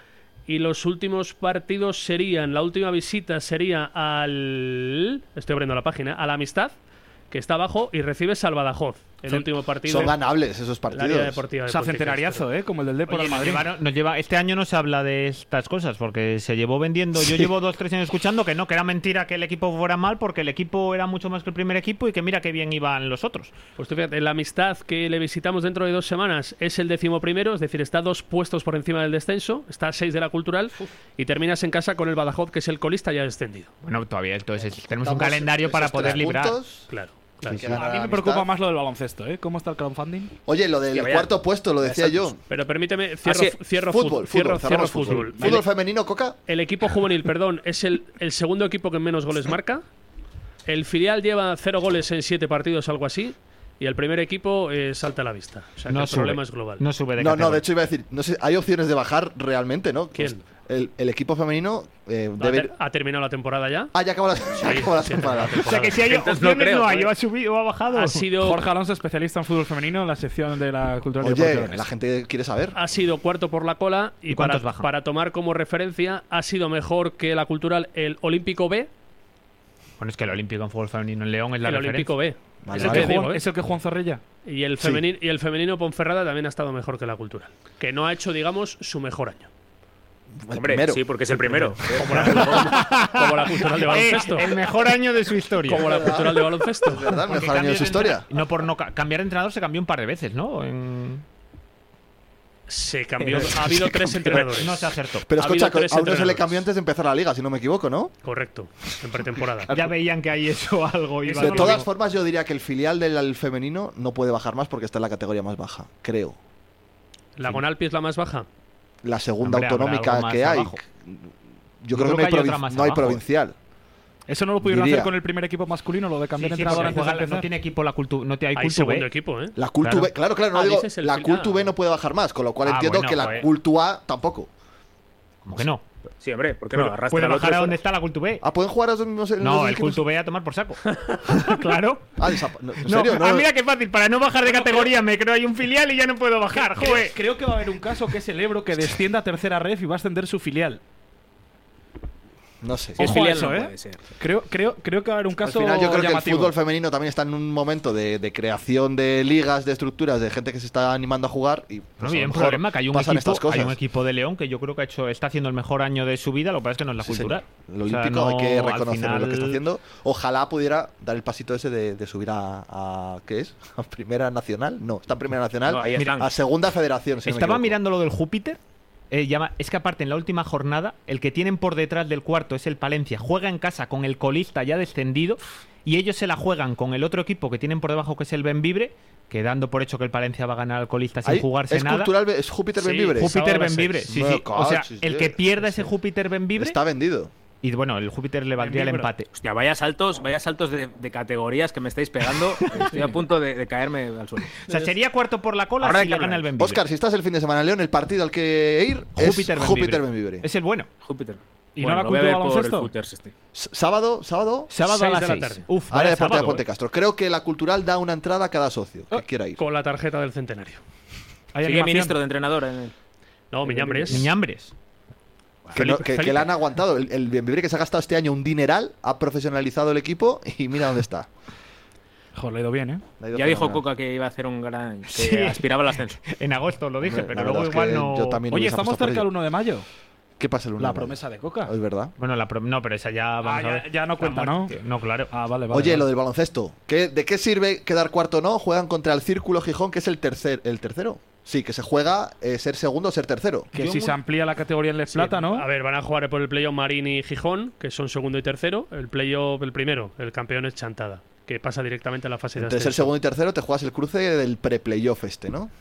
C: Y los últimos partidos serían, la última visita sería al... Estoy abriendo la página, a la Amistad, que está abajo, y recibe Salvadajoz. El último partido
A: Son ganables esos
C: de la Liga
A: partidos.
C: Deportiva
D: O sea,
C: de Puente
D: centenariazo, ¿eh? Como el del Depor
B: Oye,
D: al
B: nos
D: Madrid.
B: llevaron- nos lleva, este año no se habla de estas cosas porque se llevó vendiendo. Yo llevo dos, tres años escuchando que no, que era mentira que el equipo fuera mal porque el equipo era mucho más que el primer equipo y que mira qué bien iban los otros.
C: Pues tú fíjate, la amistad que le visitamos dentro de dos semanas es el décimo primero, es decir, está dos puestos por encima del descenso, está a seis de la cultural y terminas en casa con el Badajoz, que es el colista ya descendido.
B: Bueno, todavía entonces tenemos un
A: Estamos
B: calendario
A: esos
B: para
A: tres
B: poder librar.
A: puntos,
C: Claro.
A: que
D: A
A: ganan
D: mí me
A: amistad.
D: preocupa más lo del baloncesto, ¿eh? ¿Cómo está el crowdfunding?
A: Oye, lo del
E: vaya-
A: cuarto puesto, lo decía yo.
C: Pero permíteme, cierro,
E: Así-
C: cierro fut- cierro-
A: Fútbol, fútbol,
C: cierro
A: cerramos
C: fútbol.
A: fútbol. Fútbol femenino, Coca.
C: El equipo juvenil, perdón, es el, el segundo equipo que menos goles marca. El filial lleva cero goles en siete partidos, algo así. Y el primer equipo eh, salta a la vista. O sea, que
B: No
C: el
B: sube,
C: problema es global.
B: No sube de
A: No, no,
B: categoría.
A: de hecho iba a decir, no sé, hay opciones de bajar realmente, ¿no? Pues
C: ¿Quién?
A: el, el equipo femenino eh,
C: ¿Ha,
A: debe.
C: ter- ha terminado la temporada ya?
A: Ah, ya acabó la, ya acabó la
C: Sí, ha terminado
A: temporada.
C: la temporada.
B: O sea que si hay
E: Entonces no
B: opciones, no,
E: creo,
A: ¿eh?
B: hay,
E: joder.
B: o ha subido o ha bajado.
C: Ha sido
D: Jorge Alonso, especialista en fútbol femenino en la sección de la cultura
A: Oye,
D: deportiva.
A: la gente quiere saber.
C: ha sido cuarto por la cola y,
B: ¿Y
C: para,
B: cuántos bajan?
C: para tomar como referencia ha sido mejor que la cultural el Olímpico B,
B: Bueno, es que el Olímpico en fútbol femenino en León es la
C: el
B: referencia.
C: Olímpico
B: Ah,
C: B.
A: Vale,
C: Es
D: ¿Es
C: lo que
D: el,
A: vale.
D: que
C: digo,
D: Juan,
C: ¿eh?
D: ¿Es el que Juan Zorrilla?
C: Y el femenino y el femenino Ponferrada también ha estado mejor que la cultural, que no ha hecho digamos su mejor año.
A: El
E: Hombre,
A: pues primero.
E: sí, porque es el primero.
C: Como la, como- como la cultural de baloncesto.
B: Eh, el mejor año de su historia.
C: Como la cultural de baloncesto.
A: ¿Verdad? El
B: Porque
A: Mejor año de
B: cambios
A: su historia.
B: entrenador- No por no ca- cambiar de entrenador se cambió un par de veces, ¿no? En-
C: Se cambió. Ha habido tres entrenadores.
B: No se acertó.
A: Pero
C: Ha
A: escucha,
C: habido tres
A: a uno se le
C: entrenadores.
A: cambió antes de empezar la liga, si no me equivoco, ¿no?
C: Correcto. En pretemporada.
B: Ya veían que ahí eso algo iba.
A: De
B: no lo
A: todas
B: digo.
A: formas, yo diría que el filial del al femenino no puede bajar más porque está en la categoría más baja, creo.
C: La Gonalpi es la más baja.
A: La segunda
B: Hombre, habrá algo
A: autonómica
B: más
A: que hay.
B: abajo.
A: Yo creo que no hay,
B: otra
A: provin-
B: más
A: no hay
B: abajo, eh.
A: provincial.
D: Eso no lo pudieron
A: Diría.
D: hacer con el primer equipo masculino, lo de
B: Sí,
D: cambiar
B: sí,
D: de
B: porque
D: entrenador antes de
B: juega la- no
D: empezar.
B: tiene equipo la cultura, no te hay
C: Hay
B: culto
C: segundo
B: B.
C: equipo, ¿eh?
A: La Cultu
B: Claro.
A: B, claro, claro, no
C: Ah,
A: digo,
C: dices el
A: la
C: fil-
A: Cultu
C: ah.
A: B no puede bajar más, con lo cual
B: Ah,
A: entiendo
B: bueno,
A: que la
B: joder.
A: Cultu A tampoco.
B: ¿Cómo que no?
E: Sí, hombre, ¿por qué no? Arrastra
B: Puede
E: al otro
B: bajar a
E: y
B: donde está la culto B.
A: Ah, ¿pueden jugar a los mismos los
B: No,
A: mismos
B: el
A: equipos?
B: culto B a tomar por saco. claro.
A: Ah, desapa- no, ¿En
B: No,
A: serio?
B: ah,
A: No,
B: mira qué fácil, para no bajar de categoría me creo hay un filial y ya no puedo bajar, joder.
D: Creo que va a haber un caso que es el Ebro que descienda a tercera ref y va a ascender su filial.
A: no sé.
E: El
D: Ojo a
E: filial
D: eso,
E: no
D: ¿eh?
E: puede ser.
D: Creo, creo, creo que va a haber un
A: Al
D: caso
A: final yo creo que el
D: llamativo.
A: fútbol femenino también está en un momento de, de creación de ligas, de estructuras, de gente que se está animando a jugar y pues,
B: No
A: a lo
B: hay un
A: mejor
B: problema que hay un,
A: pasan
B: equipo,
A: estas cosas.
B: hay un equipo de León que yo creo que ha hecho, está haciendo el mejor año de su vida, lo que pasa es que no es la
A: Sí,
B: cultural.
A: señor. Lo
B: O sea,
A: olímpico hay que
B: no, al
A: reconocer lo que está
B: final-
A: haciendo. Ojalá pudiera dar el pasito ese de, de subir a, a- ¿qué es? ¿A Primera Nacional? No, está en Primera Nacional.
E: No, ahí
A: Mira,
E: están.
A: a Segunda Federación, si no me
B: Estaba
A: equivoco.
B: mirando lo del Júpiter. eh, llama- es que aparte en la última jornada, el que tienen por detrás del cuarto es el Palencia. Juega en casa con el colista ya descendido y ellos se la juegan con el otro equipo que tienen por debajo que es el Benvibre, quedando por hecho que el Palencia va a ganar al colista sin
A: Ahí
B: jugarse
A: es
B: nada.
A: cultural, es Júpiter
C: Sí,
A: Benvibre.
C: Sábado
A: Ah,
B: Júpiter
C: a las
B: Benvibre,
C: seis.
B: sí,
A: Me
B: sí. O sea,
A: cachis,
B: el
A: Dios.
B: que pierda ese Júpiter Benvibre
A: Está vendido.
B: y bueno, el Júpiter le valdría el
D: Benvibre.
B: empate.
E: Hostia, vaya saltos, vaya saltos de, de categorías que me estáis pegando. Estoy a punto de, de caerme al suelo.
B: O sea, sería cuarto por la cola
E: Ahora
B: si
E: que
B: le gana el
E: habláis.
B: Benvibre.
A: Óscar, si estás el fin de semana en León, el partido al que ir es
B: Júpiter Benvibre.
A: Júpiter Benvibre.
B: Es el bueno.
E: Júpiter.
D: ¿Y
E: Bueno,
D: no la
E: lo voy a ver
D: cultura
E: por el
D: baloncesto?
E: Footers este.
A: S- Sábado, sábado,
B: Sábado a
C: Seis
B: las
C: de la
B: seis.
C: tarde.
B: Uf,
A: área
B: vaya
A: deportiva
B: sábado,
A: Ponte
B: eh.
A: Castro. Creo que la cultural da una entrada a cada socio que quiera ir.
C: Con la tarjeta del centenario.
E: Sigue
D: Hay animación.
E: ministro de entrenador. eh. en el-
C: No, Miñambres.
B: Miñambres.
A: Que,
C: Felipe-
A: no- que- que
C: Felipe.
A: la han aguantado. El, el Benvibre que se ha gastado este año un dineral, ha profesionalizado el equipo y mira dónde está.
D: Joder, le ha ido bien, ¿eh?
A: Le ha ido
E: Ya dijo
A: fenomenal.
E: Coca que iba a hacer un gran. que
B: Sí.
E: aspiraba al ascenso.
B: En agosto lo dije,
A: Hombre,
B: pero
A: la verdad
B: luego
A: es que
B: igual no.
A: yo también
D: Oye,
A: hubiese
D: estamos
A: apostado por
D: cerca del
A: ello.
D: 1 de mayo.
A: ¿Qué pasa el lunes?
D: La promesa de Coca.
A: Es verdad.
B: Bueno, la prom- no, pero esa ya vamos
D: Ah, ya-
B: a ver.
D: ya no
B: La
D: cuenta, ¿no?
B: muerte. No, claro.
D: Ah, vale, vale.
A: Oye,
D: vale.
A: lo del baloncesto. ¿qué- ¿De qué sirve quedar cuarto o no? Juegan contra el Círculo Gijón, que es el, tercer, el tercero. Sí, que se juega eh, ser segundo o ser tercero.
D: Que si se amplía la categoría en Les Plata, ¿no?
C: A ver, van a jugar por el playoff Marín y Gijón, que son segundo y tercero. El playoff, el primero, el campeón es Chantada, que pasa directamente a la fase
A: Entre
C: de
A: ser
C: ascenso.
A: segundo y tercero te juegas el cruce del pre-playoff este, ¿no?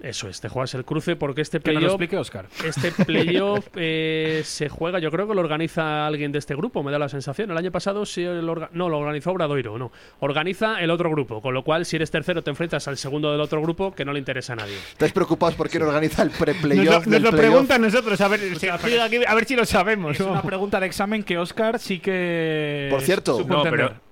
C: Eso es, te juegas el cruce porque este
D: que nos lo
C: playoff
D: explique Oscar.
C: Este playoff eh, se juega, yo creo que lo organiza alguien de este grupo, me da la sensación. El año pasado sí lo orga- no lo organizó Obradoiro, no. Organiza el otro grupo, con lo cual si eres tercero te enfrentas al segundo del otro grupo que no le interesa a nadie.
A: ¿Estáis preocupados por quién organiza el
B: Nos lo,
A: pre-playoff
B: nos
A: del
B: lo
A: playoff?
B: preguntan nosotros, a ver, si juega aquí, a ver si lo sabemos.
D: Es una
B: ¿no?
D: pregunta de examen que Oscar sí que.
A: Por cierto.
D: supo
E: No,
D: entender.
E: pero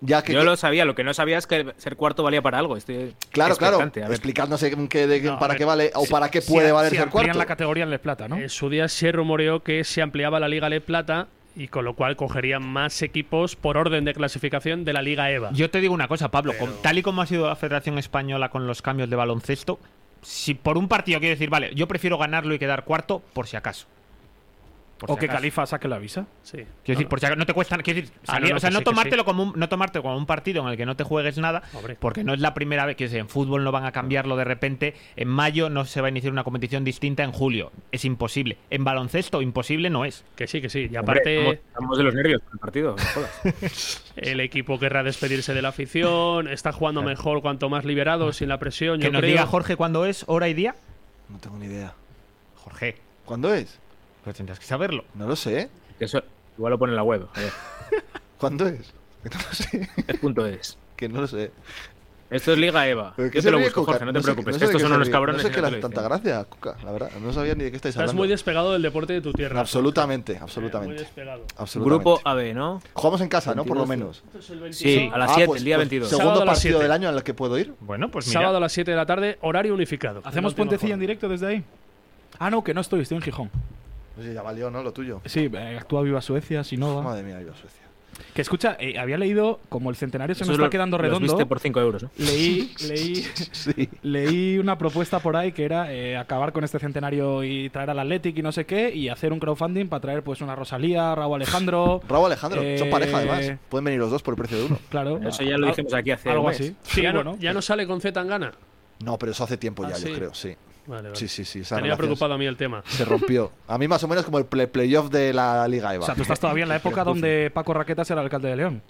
A: Ya que,
E: yo lo sabía, lo que no sabía es que ser cuarto valía para algo. Estoy
A: claro, claro.
E: expectante, a ver.
A: Explicadnos en qué- de-
C: No, a
A: para
C: ver,
A: qué vale o
C: si-
A: para qué
D: Si-
A: puede valer
D: si
A: ser
D: amplían
A: cuarto.
D: la categoría en Les Plata, ¿no?
C: En su día se rumoreó que se ampliaba la Liga Le Plata y con lo cual cogerían más equipos por orden de clasificación de la Liga E EVA.
B: Yo te digo una cosa, Pablo, con- tal y como ha sido la Federación Española con los cambios de baloncesto, si por un partido quiero decir, vale, yo prefiero ganarlo y quedar cuarto por si acaso. Por
D: o
B: si
D: que
B: acaso.
D: Califa saque la visa.
C: Sí.
B: Quiero decir, por si acaso, no te cuesta, quiero decir,
C: Ah,
B: salir-
C: no, no,
B: o sea,
C: que
B: no
C: sí, que
B: tomártelo
C: sí.
B: como un, no tomarte como un partido en el que no te juegues nada,
C: Hombre.
B: porque no es la primera vez que en fútbol no van a cambiarlo de repente, en mayo no se va a iniciar una competición distinta en julio, es imposible. En baloncesto imposible no es.
C: Que sí, que sí. Y
E: Hombre,
C: aparte...
E: estamos- estamos de los nervios con el partido. no jodas.
C: El equipo querrá despedirse de la afición, está jugando mejor cuanto más liberado, sin la presión.
B: Que
C: yo
B: nos
C: creo.
B: diga Jorge cuándo es, hora y día.
A: No tengo ni idea.
B: Jorge,
A: ¿Cuándo es?
B: pues tendrás que saberlo.
A: No lo sé.
E: Que Eso igual lo pone en la web. a ver.
A: ¿Cuándo es? Que No lo sé.
E: El punto es.
A: que no lo sé.
E: Esto es Liga Eva.
A: ¿Pero
E: Yo
A: qué
E: te
A: se
E: lo
A: ríe,
E: busco,
A: Cuca?
E: Jorge, no te
A: sé-
E: preocupes.
A: sé de
E: Estos
A: qué
E: son
A: se
E: unos
A: ríe.
E: cabrones.
A: No
E: y
A: sé qué le
E: te
A: hace
E: lo
A: tanta
E: dicen.
A: gracia, Cuca. La verdad, no sabía ni de qué estáis
C: Estás
A: hablando.
C: muy despegado del deporte de tu tierra.
A: absolutamente,
C: Muy
A: absolutamente,
C: despegado.
A: absolutamente.
E: Grupo AB, ¿no?
A: Jugamos en casa, ¿no? Por lo
E: 22.
A: menos. Ah, pues
E: Sí, Ah,
B: pues
E: pues a las 7, el día 22.
C: Sábado
A: Segundo
C: a las
A: partido
C: 7.
A: del año en el que puedo ir.
B: Bueno, pues mira.
C: Sábado a las 7 de la tarde, horario unificado.
D: ¿Hacemos puentecilla en directo desde ahí? Ah, no, que no estoy, estoy en Gijón.
A: Oye, ya valió, ¿no? Lo tuyo.
D: Sí, eh, actúa Viva Suecia, si no. va.
A: Madre mía, yo a Suecia.
D: Que escucha, eh, había leído, como el centenario se
E: Eso
D: nos está
E: lo-
D: quedando
E: los
D: redondo.
E: viste por 5 euros, ¿no?
D: Leí, leí,
A: Sí.
D: leí una propuesta por ahí que era eh, acabar con este centenario y traer al Athletic y no sé qué, y hacer un crowdfunding para traer pues una Rosalía, Raúl Alejandro.
A: Raúl Alejandro, son
D: Eh,
A: pareja además. Pueden venir los dos por el precio de uno.
D: Claro.
E: Eso ya lo
D: Al-
E: hicimos aquí hace
D: Algo
E: un mes.
D: así.
C: Sí, ya, no,
D: bueno.
C: ya no sale con Z Tangana.
A: No, pero eso hace tiempo ya,
C: Ah,
A: yo
C: sí.
A: creo, sí.
C: Vale, vale.
A: Sí, sí, sí. esa
C: Tenía
A: relación
C: preocupado a mí el tema.
A: Se rompió. A mí más o menos como el play- playoff de la Liga
D: O
A: Eva.
D: sea, tú
B: pues,
D: estás todavía en la época donde Paco Raquetas era alcalde de León.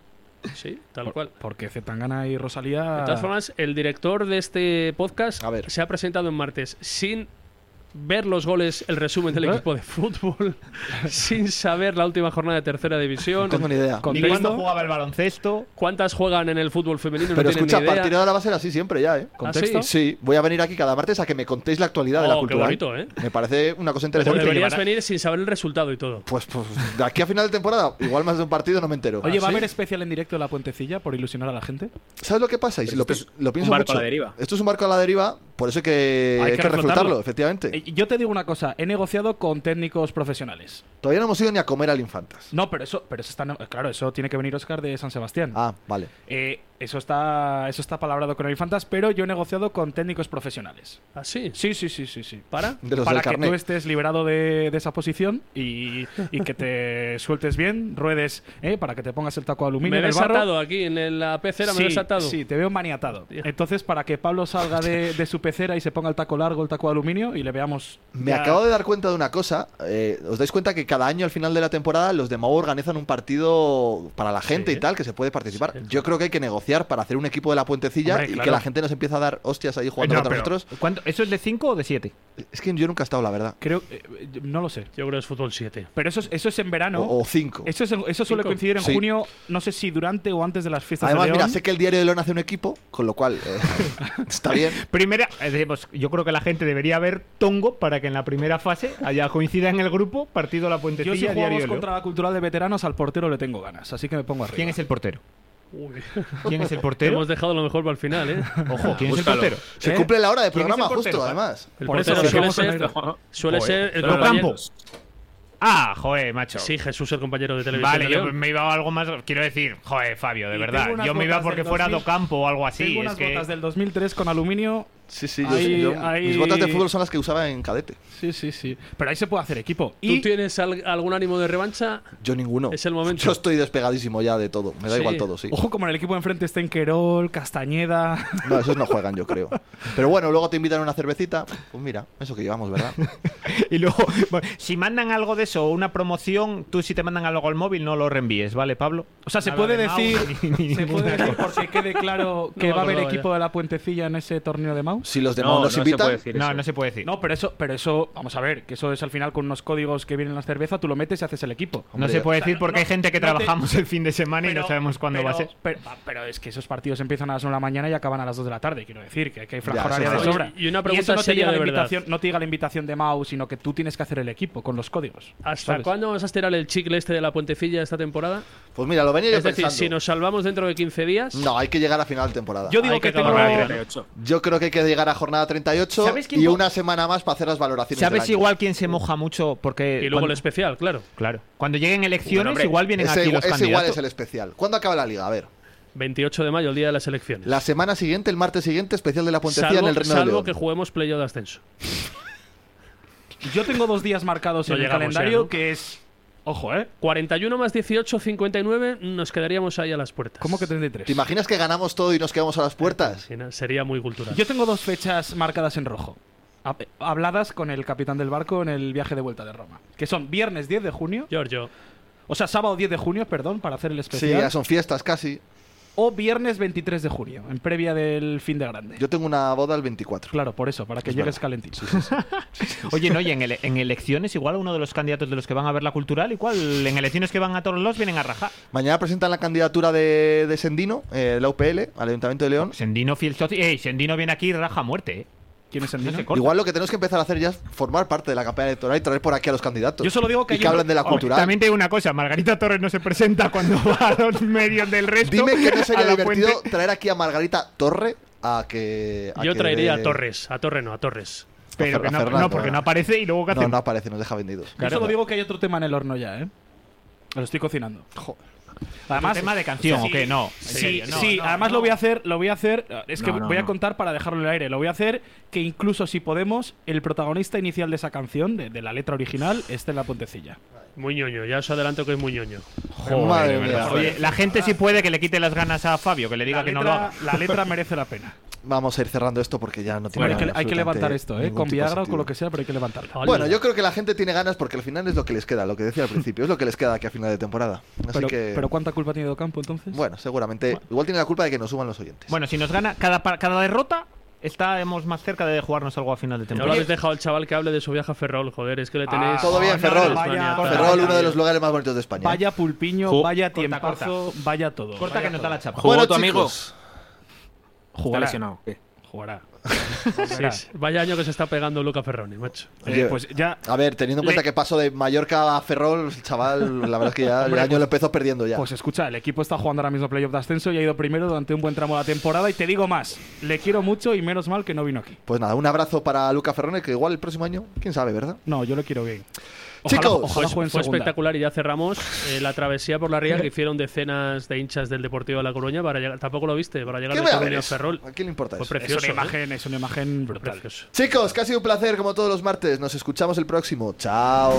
C: Sí, tal cual.
D: Porque Zetangana y
C: De
D: Rosalía.
C: todas formas, el director de este podcast
A: A ver.
C: se ha presentado en martes sin ver los goles, el resumen del
D: ¿Eh?
C: equipo de fútbol, sin saber la última jornada de tercera división.
A: No tengo ni idea.
B: Ni
D: Contexto.
B: cuándo jugaba el baloncesto.
C: ¿Cuántas juegan en el fútbol femenino? no
A: Pero
C: tienen
A: escucha, a
C: ni idea.
A: partir de ahora va a ser así siempre ya, ¿eh?
C: ¿Contexto?
A: Sí, voy a venir aquí cada martes a que me contéis la actualidad de la
C: Oh, qué
A: cultura.
C: bonito, ¿eh?
A: Me parece una cosa
C: Pero
A: interesante.
C: deberías venir sin saber el resultado y todo.
A: Pues, pues, de aquí a final de temporada, igual más de un partido no me entero.
D: Oye, ¿va a
E: ¿Ah,
A: ¿Sí?
D: haber especial en directo de la puentecilla por ilusionar a la gente?
A: ¿Sabes lo que pasa? Y si
E: Pero
A: lo,
E: esto
A: pi-
E: es
A: lo
E: un
A: pienso
E: barco a la
A: mucho.
E: deriva.
A: Esto es un barco a la deriva, por eso que hay, que, reflotarlo, efectivamente.
D: Eh, Yo te digo una cosa, he negociado con técnicos profesionales.
A: Todavía no hemos ido ni a comer al Infantas.
D: No, pero eso, pero eso está, ne- claro, eso tiene que venir Oscar de San Sebastián.
A: Ah, vale.
D: Eh, eso está, eso está palabrado con el Infantas, pero yo he negociado con técnicos profesionales.
C: ¿Así?
D: Sí, sí, sí, sí, sí.
C: Ah, ¿Para?
A: De los
D: Para
A: del
D: que
A: carnet.
D: tú estés liberado de, de esa posición y, y que te sueltes bien, ruedes, eh, para que te pongas el taco de aluminio
C: Me he
D: en el barro.
C: desatado aquí en el- la pecera, me he desatado.
D: sí, te veo maniatado. Entonces, para que Pablo salga de, de su pecera y se ponga el taco largo, el taco de aluminio, y le veamos.
A: Me
D: ya-
A: acabo de dar cuenta de una cosa. eh, ¿Os dais cuenta que cada año al final de la temporada los de Mau organizan un partido para la gente y tal, que se puede participar? Yo creo que hay que negociar para hacer un equipo de la puentecilla
B: Hombre,
A: y
B: claro. Eh,
A: que la gente nos empiece a dar hostias ahí jugando
B: No,
A: contra
B: pero-
A: nosotros.
B: ¿cuánto- ¿Eso es de 5 o de 7?
A: Es que yo nunca he estado, la verdad.
D: Creo. eh, no lo sé.
C: Yo creo que es fútbol 7.
D: Pero eso, es- eso es en verano.
A: O, o cinco.
D: Eso, es en- eso suele
C: Cinco.
D: coincidir en
A: Sí.
D: junio, no sé si durante o antes de las fiestas
A: Además,
D: de
A: mira,
D: León.
A: sé que el diario de León hace un equipo, con lo cual eh, está bien.
B: Primera, eh,
L: pues,
B: decimos, yo creo que la gente debería ver Tongo para que en la primera fase haya coincida en el grupo partido la
D: Yo si
B: puentecilla diario.
D: jugamos
B: Elo.
D: contra la cultural de veteranos, al portero le tengo ganas, así que me pongo arriba.
B: ¿Quién es el portero? ¿Quién es el portero?
C: Hemos dejado lo mejor para el final, ¿eh?
B: Ojo, ¿quién
E: Búscalo.
B: es el portero?
A: Se
D: ¿Eh?
A: cumple la hora de
B: ¿Quién es el
A: programa,
B: portero?
A: justo, además.
C: El
D: Por
C: portero
D: eso,
C: suele
D: si
C: ser,
D: vamos a
C: suele
B: Joder.
C: ser el
B: Pero
C: compañero.
B: Campo. Ah, joder, macho.
C: Sí, Jesús, el compañero de televisión.
B: Vale,
C: de
B: yo
C: León.
B: me iba a algo más. Quiero decir, joder, Fabio, de
D: Y
B: verdad.
D: tengo unas
B: Yo me iba
D: botas
B: porque
D: del
B: fuera
D: 2000.
B: Do Campo o algo así.
D: Tengo
B: es
D: unas
B: que-
D: botas del 2003 con aluminio
A: Sí, sí, yo,
D: Ahí-
A: yo-
D: ahí-
A: mis botas de fútbol son las que usaba en cadete.
D: Sí, sí, sí. Pero ahí se puede hacer equipo.
C: ¿Tú
D: Y
C: tienes al- algún ánimo de revancha?
A: Yo ninguno.
C: Es el momento.
A: Yo estoy despegadísimo ya de todo. Me da
C: Sí.
A: igual todo, sí.
D: ojo, como en el equipo de enfrente está en Querol, Castañeda.
A: No, esos no juegan, yo creo. Pero bueno, luego te invitan a una cervecita. Pues mira, eso que llevamos, ¿verdad?
B: Y luego, bueno, si mandan algo de eso o una promoción, tú si te mandan algo al móvil no lo reenvíes, ¿vale, Pablo?
D: O sea, se
B: Nada
D: puede
B: de Mau,
D: decir,
B: ni- ni
D: se
B: ninguna
D: puede decir porque quede claro que
C: me
D: va a haber
C: acordaba
D: equipo de la puentecilla en ese torneo de Maus.
A: Si los demás
E: No, no
A: nos
E: se
A: invitan.
E: puede decir
B: No,
E: eso.
B: no se puede decir.
D: No, pero eso, pero eso, vamos a ver, que eso es al final con unos códigos que vienen en la cerveza, tú lo metes y haces el equipo.
B: No se puede decir porque hay gente que
D: no te-
B: trabajamos el fin de semana y no
D: Pero-
B: sabemos cuándo va a
D: pero-
B: ser.
D: Pero, ah, pero es que esos partidos empiezan a las 1 de la mañana y acaban a las 2 de la tarde, quiero decir, que, que hay franja
A: Ya, eso
D: horaria de
A: sí.
D: sobra.
C: Oye, y una
D: eso
C: pregunta
D: no te,
C: seria
D: llega la
C: de verdad.
D: invitación, no te llega la invitación de Mau, sino que tú tienes que hacer el equipo con los códigos.
C: ¿Hasta
D: ¿sabes?
C: cuándo vamos a estirar el chicle este de la puentecilla esta temporada?
A: Pues mira, lo venía yo
C: Es decir,
A: pensando.
C: si nos salvamos dentro de 15 días,
A: No, hay que llegar a final de temporada.
D: Yo digo
C: Hay
D: que,
C: que
D: tengo...
C: acabar la liga,
E: Ocho.
A: Yo creo que hay que llegar a jornada 38
B: ¿Sabes quién
A: y
B: po-
A: una semana más para hacer las valoraciones. del
B: ¿Sabes
A: año.
B: igual quién se moja mucho? Porque
C: y luego
B: cuando,
C: el especial, claro.
B: claro, cuando lleguen elecciones
E: Bueno, hombre,
B: igual vienen
A: Ese,
B: aquí
A: igual-
B: los
A: ese igual
B: candidatos.
A: es el especial. ¿Cuándo acaba la liga? A ver.
C: 28 de mayo, el día de las elecciones.
A: La semana siguiente, el martes siguiente, especial de la puentecilla
C: salvo
A: en el Reino
C: salvo
A: de León.
C: que juguemos playo de ascenso.
D: Yo tengo dos días marcados
C: No
D: en el
C: llegamos ya,
D: calendario
C: ¿no?
D: que es... Ojo, ¿eh?
C: 41 más 18, 59, nos quedaríamos ahí a las puertas.
D: ¿Cómo que
A: ¿Te
D: 33?
A: imaginas que ganamos todo y nos quedamos a las puertas?
C: Si no, Sería muy cultural.
D: Yo tengo dos fechas marcadas en rojo. ha- Habladas con el capitán del barco en el viaje de vuelta de Roma. Que son viernes 10 de junio,
C: Giorgio,
D: o sea, sábado 10 de junio, perdón, para hacer el
A: Sí,
D: especial.
A: ya son fiestas casi.
D: o viernes 23 de junio, en previa del fin de grande.
A: Yo tengo una boda el 24.
D: Claro, por eso, para que
A: Es
D: llegues
A: verdad.
D: calentito.
B: Oye, no, y en, ele- en elecciones igual uno de los candidatos de los que van a ver la cultural, igual en elecciones que van a todos los vienen a rajar.
A: Mañana presentan la candidatura de, de Sendino, eh, la UPL, al Ayuntamiento de León.
B: Sendino fiel socio. Ey, Sendino viene aquí y raja a muerte, eh.
D: ¿Quién es el
B: No
D: niño?
B: se corta.
A: Igual lo que tenemos que empezar a hacer ya es formar parte de la campaña electoral y traer por aquí a los candidatos.
D: Yo solo digo que
A: y
D: hay
A: que
D: un-
A: hablan de la
D: Hombre,
A: cultura.
B: También te digo una cosa, Margarita Torres no se presenta cuando va a los medios del resto.
A: Dime que no
B: a
A: sería
B: la
A: divertido
B: fuente.
A: traer aquí a Margarita Torre a que. a
C: yo
A: Ah, que
C: traería
A: dé-
C: a Torres. A Torre no, a Torres.
B: Pero que
A: a
B: no,
A: Fernando.
B: no, porque no aparece y luego ¿qué
A: No,
B: hacen?
A: no aparece, nos deja vendidos.
D: Yo solo digo que hay otro tema en el horno ya, ¿eh? Lo estoy cocinando. Además,
B: tema de canción,
D: sí,
B: ¿o qué? No, en
D: Sí,
B: serio, no,
D: sí,
B: no,
D: además
B: no.
D: lo voy a hacer, lo voy a hacer, es que
E: No, no,
D: voy a
E: no.
D: contar para dejarlo en el aire, lo voy a hacer que incluso si podemos, el protagonista inicial de esa canción, de, de la letra original, esté en la puentecilla.
C: Muy ñoño, ya os adelanto que es muy ñoño.
B: Joder,
A: Madre
B: de verdad.
A: mía.
B: Oye, la gente sí puede que le quite las ganas a Fabio, que le diga
D: la,
B: que
D: letra,
B: no lo haga.
D: la letra merece la pena.
A: Vamos a ir cerrando esto porque ya no tiene
D: Bueno, hay que, hay que
A: absolutamente
D: levantar esto, ¿eh?
A: ningún
D: Con
A: tipo de
D: Viagra o
A: sentido.
D: con lo que sea, pero hay que levantarlo.
A: Bueno, yo creo que la gente tiene ganas porque al final es lo que les queda, lo que decía al principio, es lo que les queda aquí a final de temporada. Así
D: Pero,
A: que.
D: pero ¿cuánta culpa tiene Docampo entonces?
A: bueno, seguramente. Igual tiene la culpa de que nos suban los oyentes.
B: Bueno, si nos gana, cada, pa- cada derrota estamos más cerca de jugarnos algo a final
C: Y
B: de
C: Ahora
B: temporada.
C: habéis dejado al chaval que hable de su viaje a Ferrol, joder, es que le tenéis.
A: Ah,
C: Ah,
A: Todo bien, Ferrol.
C: no, vaya-
A: Ferrol, uno de los lugares más bonitos de España. ¿eh?
D: Vaya pulpiño,
E: Ju-
D: vaya
B: corta,
D: tiempazo, vaya todo.
B: Corta que no está la chapa.
E: Jugó
A: Bueno,
E: tu amigo.
A: chicos,
E: Está
D: Jugará.
E: lesionado. ¿Qué?
D: jugará.
C: Sí, sí. Vaya año que se está pegando Luca Ferroni, macho.
A: Oye,
D: pues ya.
A: A ver, teniendo en cuenta
D: Le-
A: que paso de Mallorca a Ferrol, el chaval, la verdad es que ya el año lo empezó perdiendo ya.
D: Pues escucha, el equipo está jugando ahora mismo playoff de ascenso y ha ido primero durante un buen tramo de la temporada. Y te digo más, le quiero mucho y menos mal que no vino aquí.
A: Pues nada, un abrazo para Luca Ferrone, que igual el próximo año, quién sabe, ¿verdad?
D: No, yo lo quiero bien.
A: Chicos,
D: ojalá juegue en
C: Pues Fue
D: segunda.
C: espectacular y ya cerramos eh, la travesía por la ría que hicieron decenas de hinchas del Deportivo de La Coruña para llegar. Tampoco lo viste, para llegar
A: ¿Qué
C: de
A: me
C: Coruña a
A: hables?
C: Ferrol.
A: ¿A quién le importa
C: Fue
A: eso?
D: Es
C: precioso.
D: una
C: ¿eh?
D: imagen, es una imagen brutal.
C: Precioso.
A: Chicos, que ha sido un placer como todos los martes. Nos escuchamos el próximo. Chao.